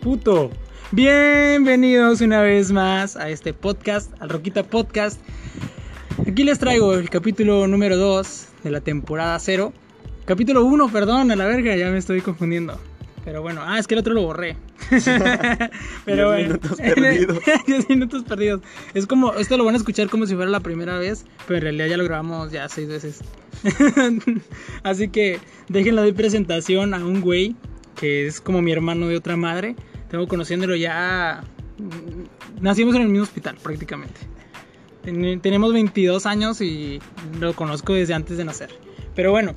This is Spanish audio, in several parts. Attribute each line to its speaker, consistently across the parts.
Speaker 1: puto. Bienvenidos una vez más a este podcast, al Roquita Podcast. Aquí les traigo el capítulo número 2 de la temporada 0. Capítulo 1, perdón, a la verga, ya me estoy confundiendo. Pero bueno, ah, es que el otro lo borré. Pero
Speaker 2: Diez
Speaker 1: bueno,
Speaker 2: minutos perdidos.
Speaker 1: 10 minutos perdidos. Es como, esto lo van a escuchar como si fuera la primera vez, pero en realidad ya lo grabamos ya seis veces. Así que déjenle doy presentación a un güey que es como mi hermano de otra madre. Tengo conociéndolo ya. mm, Nacimos en el mismo hospital prácticamente. Ten- tenemos 22 años y lo conozco desde antes de nacer. Pero bueno,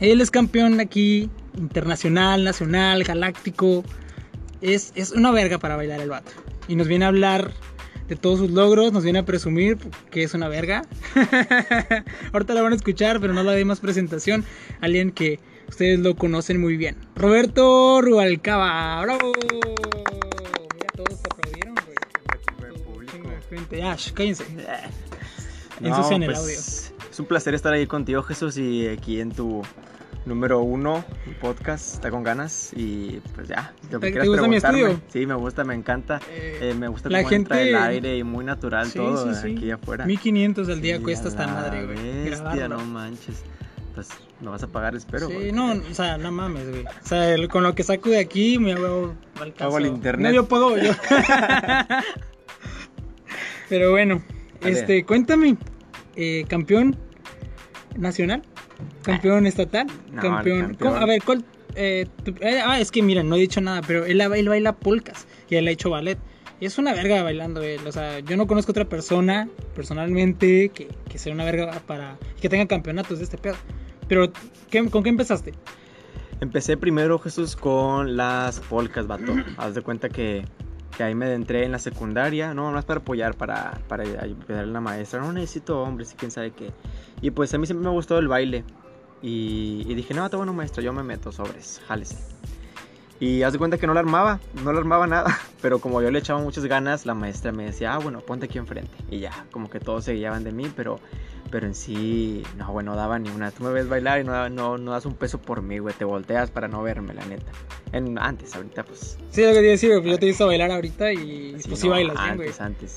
Speaker 1: él es campeón aquí, internacional, nacional, galáctico. Es, es una verga para bailar el vato. Y nos viene a hablar de todos sus logros, nos viene a presumir que es una verga. Ahorita la van a escuchar, pero no la doy más presentación. Alguien que ustedes lo conocen muy bien. Roberto Rubalcaba, bravo. Mira, todos aplaudieron, güey.
Speaker 2: Buen público.
Speaker 1: Chingo de gente. Ya, sh, cállense.
Speaker 2: No,
Speaker 1: Ensucian el audio.
Speaker 2: pues, Es un placer estar ahí contigo, Jesús, y aquí en tu número uno podcast. Está con ganas y pues ya. lo
Speaker 1: ¿Te-
Speaker 2: que
Speaker 1: te
Speaker 2: quieras
Speaker 1: gusta mi
Speaker 2: preguntarme.
Speaker 1: estudio?
Speaker 2: Sí, me gusta, me encanta.
Speaker 1: Eh,
Speaker 2: Eh, me gusta
Speaker 1: la
Speaker 2: cómo entra
Speaker 1: gente-
Speaker 2: el aire y muy natural
Speaker 1: Sí,
Speaker 2: todo eh,
Speaker 1: sí, sí.
Speaker 2: aquí afuera.
Speaker 1: 1500 al día
Speaker 2: Sí,
Speaker 1: cuesta
Speaker 2: a
Speaker 1: esta
Speaker 2: la
Speaker 1: madre, güey.
Speaker 2: bestia,
Speaker 1: grabarlo.
Speaker 2: no manches. Pues no vas a pagar, espero.
Speaker 1: sí,
Speaker 2: güey.
Speaker 1: no, o sea, no mames, güey. O sea, el- con lo que saco de aquí, me hago
Speaker 2: Pago el internet.
Speaker 1: No, yo pago yo. Pero bueno,
Speaker 2: Dale.
Speaker 1: este, cuéntame, eh, campeón nacional, campeón estatal,
Speaker 2: No,
Speaker 1: campeón.
Speaker 2: el campeón.
Speaker 1: ¿Cómo? A ver, ¿cuál? eh, tu- eh, ah, es que mira, no he dicho nada, pero él, él baila polcas y él ha hecho ballet. Es una verga bailando él, o sea, yo no conozco otra persona personalmente que, que sea una verga para que tenga campeonatos de este pedo. Pero, ¿qué- ¿con qué empezaste?
Speaker 2: Empecé primero, Jesús, con las polcas, vato. Haz de cuenta que, que ahí me adentré en la secundaria, no, más para apoyar, para, para ayudar a la maestra. No necesito hombres y quién sabe qué. Y pues a mí siempre me ha gustado el baile. Y, y dije, no, está bueno, maestra, yo me meto sobres, jálese. Y haz de cuenta que no la armaba, no la armaba nada. Pero como yo le echaba muchas ganas, la maestra me decía, ah, bueno, ponte aquí enfrente. Y ya, como que todos se guiaban de mí, pero pero en sí, no, güey, no daba ni una. Tú me ves bailar y no, da- no, no das un peso por mí, güey. Te volteas para no verme, la neta. En, antes, ahorita, pues.
Speaker 1: Sí, lo que te iba a decir, güey, yo te he visto bailar ahorita y
Speaker 2: sí,
Speaker 1: pues sí
Speaker 2: no,
Speaker 1: bailas bien, güey.
Speaker 2: Antes, antes.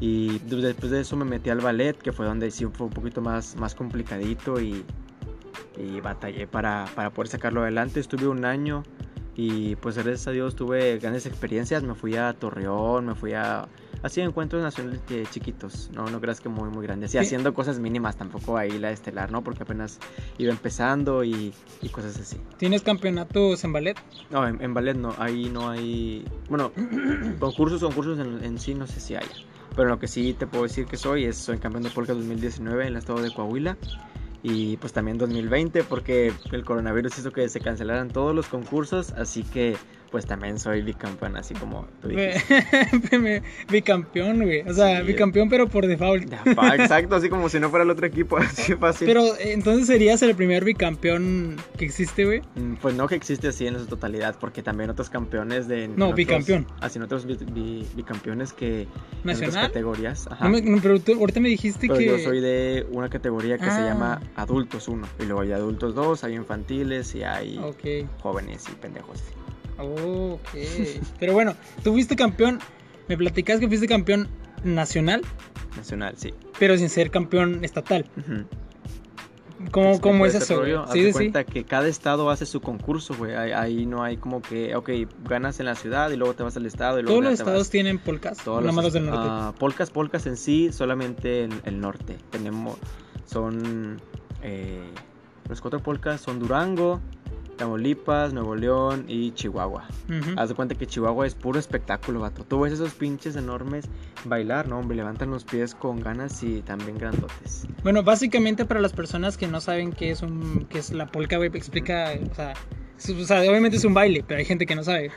Speaker 2: Y de- después de eso me metí al ballet, que fue donde sí fue un poquito más, más complicadito y, y batallé para, para poder sacarlo adelante. Estuve un año y pues gracias a Dios tuve grandes experiencias. Me fui a Torreón, me fui a... Así encuentros nacionales eh, chiquitos, no, no creas que muy, muy grandes. Y
Speaker 1: Sí.
Speaker 2: haciendo cosas mínimas, tampoco ahí la estelar, ¿no? Porque apenas iba empezando y, y cosas así.
Speaker 1: ¿Tienes campeonatos en ballet?
Speaker 2: No, en, en ballet no, ahí no hay. Bueno, concursos, concursos en, en sí no sé si haya. Pero lo que sí te puedo decir que soy es soy campeón de polka 2019 en el estado de Coahuila y pues también 2020 porque el coronavirus hizo que se cancelaran todos los concursos, así que pues también soy bicampeón así como tú dijiste.
Speaker 1: Me- bicampeón, güey. O sea,
Speaker 2: Sí.
Speaker 1: bicampeón, pero por default.
Speaker 2: Ya, pa, Exacto, así como si no fuera el otro equipo, así fácil.
Speaker 1: Pero eh, entonces serías el primer bicampeón que existe, güey.
Speaker 2: Mm, Pues no que existe así en su totalidad, porque también otros campeones de... en
Speaker 1: No,
Speaker 2: otros-
Speaker 1: bicampeón.
Speaker 2: Así en otros bi- bi- bicampeones que... en otras
Speaker 1: Nacional.
Speaker 2: categorías. Ajá.
Speaker 1: No me- no, pero tú ahorita me dijiste
Speaker 2: Pero
Speaker 1: que.
Speaker 2: yo soy de una categoría que se
Speaker 1: Ah.
Speaker 2: llama adultos 1 y luego hay adultos 2, hay infantiles y hay
Speaker 1: Ok.
Speaker 2: jóvenes y pendejos.
Speaker 1: Ok. pero bueno, tú fuiste campeón. Me platicas que fuiste campeón nacional,
Speaker 2: Nacional, sí.
Speaker 1: pero sin ser campeón estatal.
Speaker 2: Ujú.
Speaker 1: ¿Cómo,
Speaker 2: Entonces,
Speaker 1: cómo
Speaker 2: por
Speaker 1: es
Speaker 2: ese
Speaker 1: eso? güey?
Speaker 2: rollo, haz
Speaker 1: Sí,
Speaker 2: de
Speaker 1: sí, sí.
Speaker 2: cuenta que cada estado hace su concurso, güey. Ahí, ahí no hay como que, ok, ganas en la ciudad y luego te vas al estado y luego
Speaker 1: Todos
Speaker 2: ya
Speaker 1: los
Speaker 2: te vas.
Speaker 1: estados tienen polcas.
Speaker 2: Todos
Speaker 1: nada más los del
Speaker 2: est-
Speaker 1: norte.
Speaker 2: ah, polcas, polcas en sí, solamente el, el norte. Tenemos, son, eh, los cuatro polcas son Durango, Tamaulipas, Nuevo León y Chihuahua.
Speaker 1: Ujú.
Speaker 2: Haz de cuenta que Chihuahua es puro espectáculo, vato. Tú ves esos pinches enormes bailar, ¿no? Hombre, levantan los pies con ganas y también grandotes.
Speaker 1: Bueno, básicamente para las personas que no saben qué es un qué es la polka, güey, explica, o sea, es- o sea, obviamente es un baile, pero hay gente que no sabe.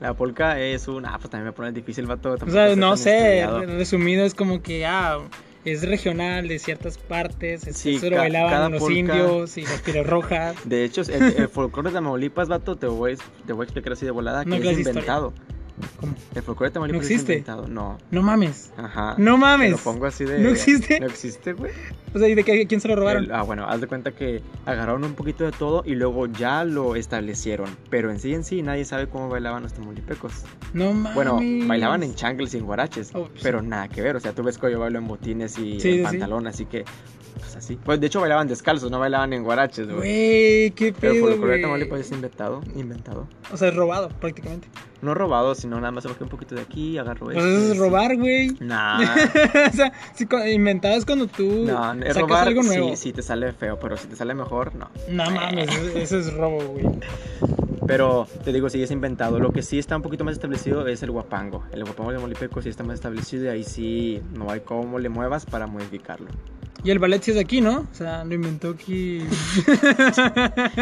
Speaker 2: La polca es un... Ah, pues también me pone difícil, vato.
Speaker 1: O
Speaker 2: tampoco
Speaker 1: sea,
Speaker 2: está
Speaker 1: no
Speaker 2: tan
Speaker 1: sé,
Speaker 2: estudiado.
Speaker 1: resumido es como que ah, es regional de ciertas partes, es-
Speaker 2: Sí,
Speaker 1: eso lo
Speaker 2: ca- cada
Speaker 1: bailaban los
Speaker 2: polka-
Speaker 1: indios y las pieles rojas.
Speaker 2: De hecho, el, el folclore de Tamaulipas, vato, te voy, te voy a explicar así de volada,
Speaker 1: No
Speaker 2: que es
Speaker 1: creas historia.
Speaker 2: inventado.
Speaker 1: ¿Cómo?
Speaker 2: El folclore tamaulipeco
Speaker 1: ¿No
Speaker 2: es
Speaker 1: existe?
Speaker 2: inventado. No.
Speaker 1: No mames.
Speaker 2: Ajá.
Speaker 1: No
Speaker 2: Ah, Te
Speaker 1: mames.
Speaker 2: lo pongo así de.
Speaker 1: ¿No existe?
Speaker 2: No existe, güey.
Speaker 1: O sea, ¿y de qué, quién se lo robaron?
Speaker 2: El- ah, bueno, haz de cuenta que agarraron un poquito de todo y luego ya lo establecieron. Pero en sí, en sí, nadie sabe cómo bailaban los tamulipecos.
Speaker 1: No mames.
Speaker 2: Bueno, bailaban en chanclas y en guaraches,
Speaker 1: Oh, sí.
Speaker 2: pero nada que ver. O sea, tú ves que yo bailo en botines
Speaker 1: Sí, sí,
Speaker 2: y
Speaker 1: sí.
Speaker 2: en pantalón, así que, pues así. Pues de hecho bailaban descalzos, no bailaban en guaraches, güey.
Speaker 1: Güey, qué
Speaker 2: Pero por
Speaker 1: pedo,
Speaker 2: lo que
Speaker 1: güey.
Speaker 2: Tamaulipas es inventado, inventado.
Speaker 1: O sea, es robado, prácticamente.
Speaker 2: No robado, sino nada más saqué un poquito de aquí, agarro este,
Speaker 1: Pues
Speaker 2: esto,
Speaker 1: eso es
Speaker 2: esto.
Speaker 1: robar, güey.
Speaker 2: Nah.
Speaker 1: o sea, si cu- inventado es cuando tú
Speaker 2: No, es
Speaker 1: sacas
Speaker 2: robar,
Speaker 1: algo nuevo.
Speaker 2: sí, sí te sale feo, pero si te sale mejor, no.
Speaker 1: No mames, eso- eso es robo, güey.
Speaker 2: Pero te digo, sí es inventado. Lo que sí está un poquito más establecido es el guapango. El guapango de Molipeco sí está más establecido y ahí sí no hay cómo le muevas para modificarlo.
Speaker 1: Y el ballet sí es de aquí, ¿no? O sea, lo inventó aquí.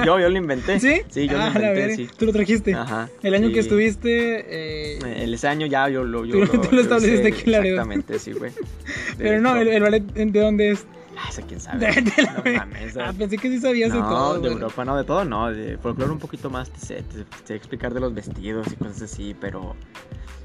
Speaker 2: Yo, yo lo inventé.
Speaker 1: ¿Sí?
Speaker 2: Sí, yo
Speaker 1: Ah,
Speaker 2: lo
Speaker 1: la
Speaker 2: inventé,
Speaker 1: verga.
Speaker 2: sí.
Speaker 1: Tú lo trajiste.
Speaker 2: Ajá.
Speaker 1: El año
Speaker 2: sí.
Speaker 1: que estuviste. eh,
Speaker 2: Eh, Ese año ya yo lo. Yo
Speaker 1: Tú- tú lo
Speaker 2: hice,
Speaker 1: estableciste aquí en Laredo.
Speaker 2: Exactamente, sí, güey. De
Speaker 1: Pero no,
Speaker 2: hecho,
Speaker 1: el, el ballet, ¿de dónde es?
Speaker 2: Ah, ese quién sabe.
Speaker 1: De, de la-
Speaker 2: no mames.
Speaker 1: ah,
Speaker 2: de-
Speaker 1: pensé que sí sabías de
Speaker 2: no,
Speaker 1: todo.
Speaker 2: de
Speaker 1: güey.
Speaker 2: Europa, no, de todo no, de folclore un poquito más, te sé, te sé explicar de los vestidos y cosas así, pero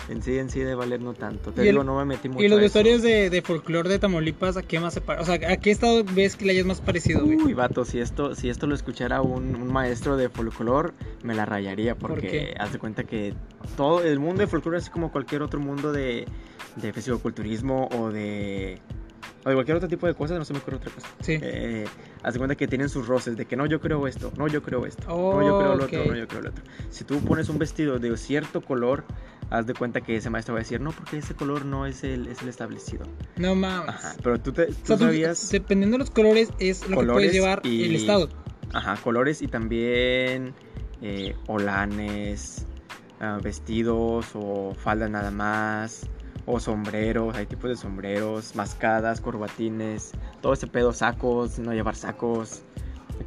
Speaker 2: en sí, en sí de valer no tanto, te
Speaker 1: Y el-
Speaker 2: digo, no me metí mucho
Speaker 1: Y los
Speaker 2: a eso.
Speaker 1: vestuarios de, de folclore de Tamaulipas, ¿a qué más se par- O sea, ¿a qué estado ves que le hayas más parecido, güey?
Speaker 2: Uy, vato, si esto, si esto lo escuchara un, un maestro de folclore, me la rayaría,
Speaker 1: ¿Por
Speaker 2: porque
Speaker 1: qué?
Speaker 2: haz de cuenta que todo el mundo de folclore, así como cualquier otro mundo de, de fisicoculturismo o de, o de cualquier otro tipo de cosas, no se me ocurre otra cosa.
Speaker 1: Sí.
Speaker 2: Eh, haz de cuenta que tienen sus roces de que no, yo creo esto, no, yo creo esto,
Speaker 1: Oh,
Speaker 2: no, yo creo lo
Speaker 1: ok.
Speaker 2: otro, no, yo creo lo otro. Si tú pones un vestido de cierto color, haz de cuenta que ese maestro va a decir, no, porque ese color no es el, es el establecido.
Speaker 1: No mames.
Speaker 2: Ajá, pero tú, te,
Speaker 1: O
Speaker 2: tú
Speaker 1: sea, tú-
Speaker 2: sabías
Speaker 1: dependiendo de los colores, es lo que
Speaker 2: Colores
Speaker 1: puede llevar
Speaker 2: y-
Speaker 1: el estado.
Speaker 2: ajá, colores y también eh, olanes, ah, vestidos o faldas nada más. O sombreros, hay tipos de sombreros, mascadas, corbatines, todo ese pedo, sacos, no llevar sacos,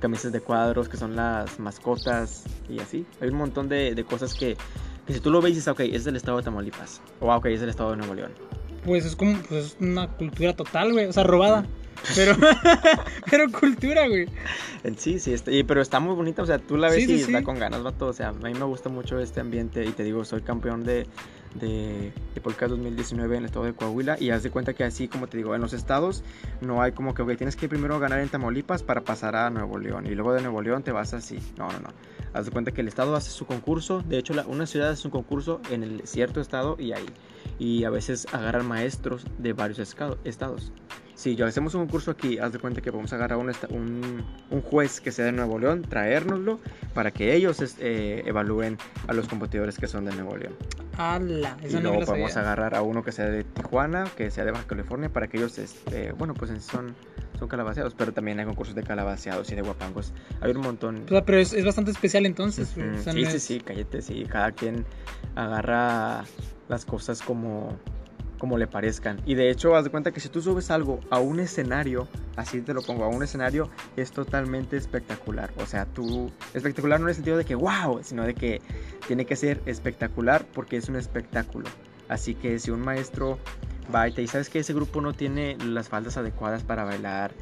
Speaker 2: camisas de cuadros que son las mascotas y así. Hay un montón de, de cosas que, que si tú lo ves dices, "Ah, ok, es del estado de Tamaulipas, o ah, ok, es del estado de Nuevo León.
Speaker 1: Pues es como pues es una cultura total, güey. O sea, robada.
Speaker 2: Mm.
Speaker 1: Pero, pero cultura, güey.
Speaker 2: En Sí, sí, está- y- pero está muy bonita, o sea, tú la ves
Speaker 1: Sí, sí,
Speaker 2: y está
Speaker 1: sí.
Speaker 2: con ganas, vato, o sea, a mí me gusta mucho este ambiente y te digo, soy campeón de, de, de Polka 2019 en el estado de Coahuila y haz de cuenta que así, como te digo, en los estados no hay como que, ok, tienes que primero ganar en Tamaulipas para pasar a Nuevo León y luego de Nuevo León te vas así, no, no, no, haz de cuenta que el estado hace su concurso, de hecho la- una ciudad hace un concurso en el cierto estado y ahí, y a veces agarran maestros de varios escado- estados. Si yo hacemos un concurso aquí, haz de cuenta que vamos a agarrar un, esta- un, un juez que sea de Nuevo León, traérnoslo para que ellos es- eh, evalúen a los competidores que son de Nuevo León.
Speaker 1: Ala,
Speaker 2: Y
Speaker 1: eso no me
Speaker 2: luego
Speaker 1: lo
Speaker 2: podemos
Speaker 1: sabía.
Speaker 2: agarrar a uno que sea de Tijuana, que sea de Baja California, para que ellos, este, bueno, pues en sí son, son calabaceados, pero también hay concursos de calabaceados y de guapangos. Hay un montón.
Speaker 1: O sea, pero es, es bastante especial entonces, güey.
Speaker 2: Ujú,
Speaker 1: O sea,
Speaker 2: sí,
Speaker 1: no
Speaker 2: sí,
Speaker 1: es-
Speaker 2: sí, cállate, sí. Cada quien agarra las cosas como, como le parezcan. Y de hecho, haz de cuenta que si tú subes algo a un escenario, así te lo pongo, a un escenario, es totalmente espectacular. O sea, tú. Espectacular no en el sentido de que wow, sino de que tiene que ser espectacular porque es un espectáculo. Así que si un maestro va y te dice, ¿sabes que Ese grupo no tiene las faldas adecuadas para bailar.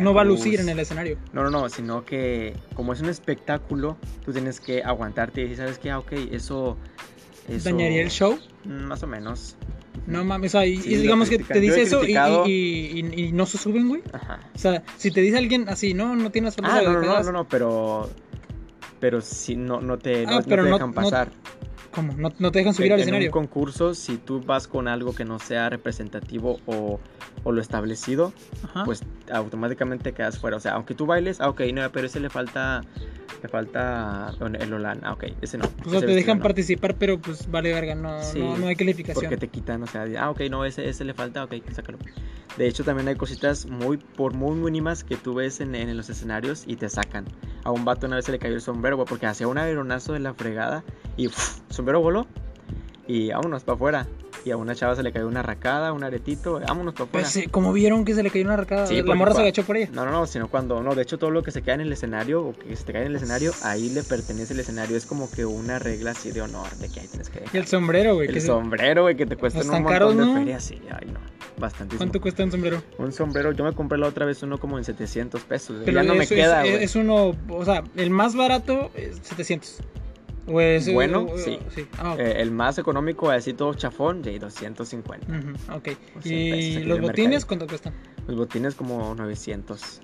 Speaker 1: No va a
Speaker 2: Veracruz,
Speaker 1: lucir en el escenario.
Speaker 2: no, no, no, sino que como es un espectáculo, tú tienes que aguantarte y decir, ¿sabes qué? Ah, ok, eso... eso
Speaker 1: ¿Dañaría el show?
Speaker 2: Mm, Más o menos.
Speaker 1: No mames, o sea, y-
Speaker 2: Sí,
Speaker 1: y
Speaker 2: lo
Speaker 1: digamos que
Speaker 2: critican.
Speaker 1: te
Speaker 2: Yo he
Speaker 1: dice eso y,
Speaker 2: criticado-
Speaker 1: y- y- y- y no se suben, güey.
Speaker 2: Ajá.
Speaker 1: O sea, si te dice alguien así, no, no tienes
Speaker 2: Ah, no, no, no, no, no, pero... Pero si no, no te,
Speaker 1: Ah,
Speaker 2: no, no
Speaker 1: pero
Speaker 2: te
Speaker 1: no-
Speaker 2: dejan
Speaker 1: no
Speaker 2: pasar.
Speaker 1: ¿Cómo? ¿No, no te dejan subir al
Speaker 2: en un
Speaker 1: escenario?
Speaker 2: concurso, si tú vas con algo que no sea representativo o, o lo establecido,
Speaker 1: Ajá.
Speaker 2: pues automáticamente quedas fuera. O sea, aunque tú bailes, ah, ok, no, pero ese le falta... Le falta el Olan, ah, ok, ese no.
Speaker 1: o
Speaker 2: ese
Speaker 1: sea, te
Speaker 2: vestido
Speaker 1: dejan
Speaker 2: no.
Speaker 1: participar, pero pues vale verga, no,
Speaker 2: Sí,
Speaker 1: no, no hay
Speaker 2: Porque
Speaker 1: calificación.
Speaker 2: te quitan, o sea, de, ah, ok, no, ese, ese le falta, ok, sácalo. De hecho, también hay cositas muy, por muy mínimas que tú ves en, en los escenarios y te sacan. A un vato una vez se le cayó el sombrero, güey, porque hacía un aeronazo de la fregada y ¡fuf! sombrero voló y vámonos para afuera. Y a una chava se le cayó una racada, un aretito, vámonos para afuera.
Speaker 1: Pues sí, como vieron que se le cayó una arcada,
Speaker 2: Sí,
Speaker 1: la
Speaker 2: porque
Speaker 1: morra se
Speaker 2: cua-
Speaker 1: agachó por ella.
Speaker 2: No, no, no, sino cuando, no, de hecho todo lo que se queda en el escenario o que se te cae en el escenario, ahí le pertenece el escenario, es como que una regla así de honor, de que ahí tienes que
Speaker 1: Y
Speaker 2: dejar.
Speaker 1: el sombrero, güey. que
Speaker 2: El
Speaker 1: se-
Speaker 2: sombrero, güey, que te cuesta un
Speaker 1: están
Speaker 2: montón
Speaker 1: caros,
Speaker 2: de
Speaker 1: ¿no?
Speaker 2: feria, sí, ay no, bastante.
Speaker 1: ¿Cuánto cuesta un sombrero?
Speaker 2: Un sombrero, yo me compré la otra vez uno como en 700 pesos, güey,
Speaker 1: Pero
Speaker 2: ya no me
Speaker 1: eso eh,
Speaker 2: queda,
Speaker 1: es,
Speaker 2: güey.
Speaker 1: es uno, o sea, el más barato es 700. O es- eh,
Speaker 2: Bueno,
Speaker 1: o- o-
Speaker 2: sí.
Speaker 1: Ah, ok.
Speaker 2: Eh, el más económico, así todo chafón, de 250.
Speaker 1: Ujú, ok.
Speaker 2: o cien pesos
Speaker 1: ¿Y
Speaker 2: aquí
Speaker 1: los
Speaker 2: del
Speaker 1: botines
Speaker 2: mercadito.
Speaker 1: cuánto cuestan?
Speaker 2: Los botines como 900,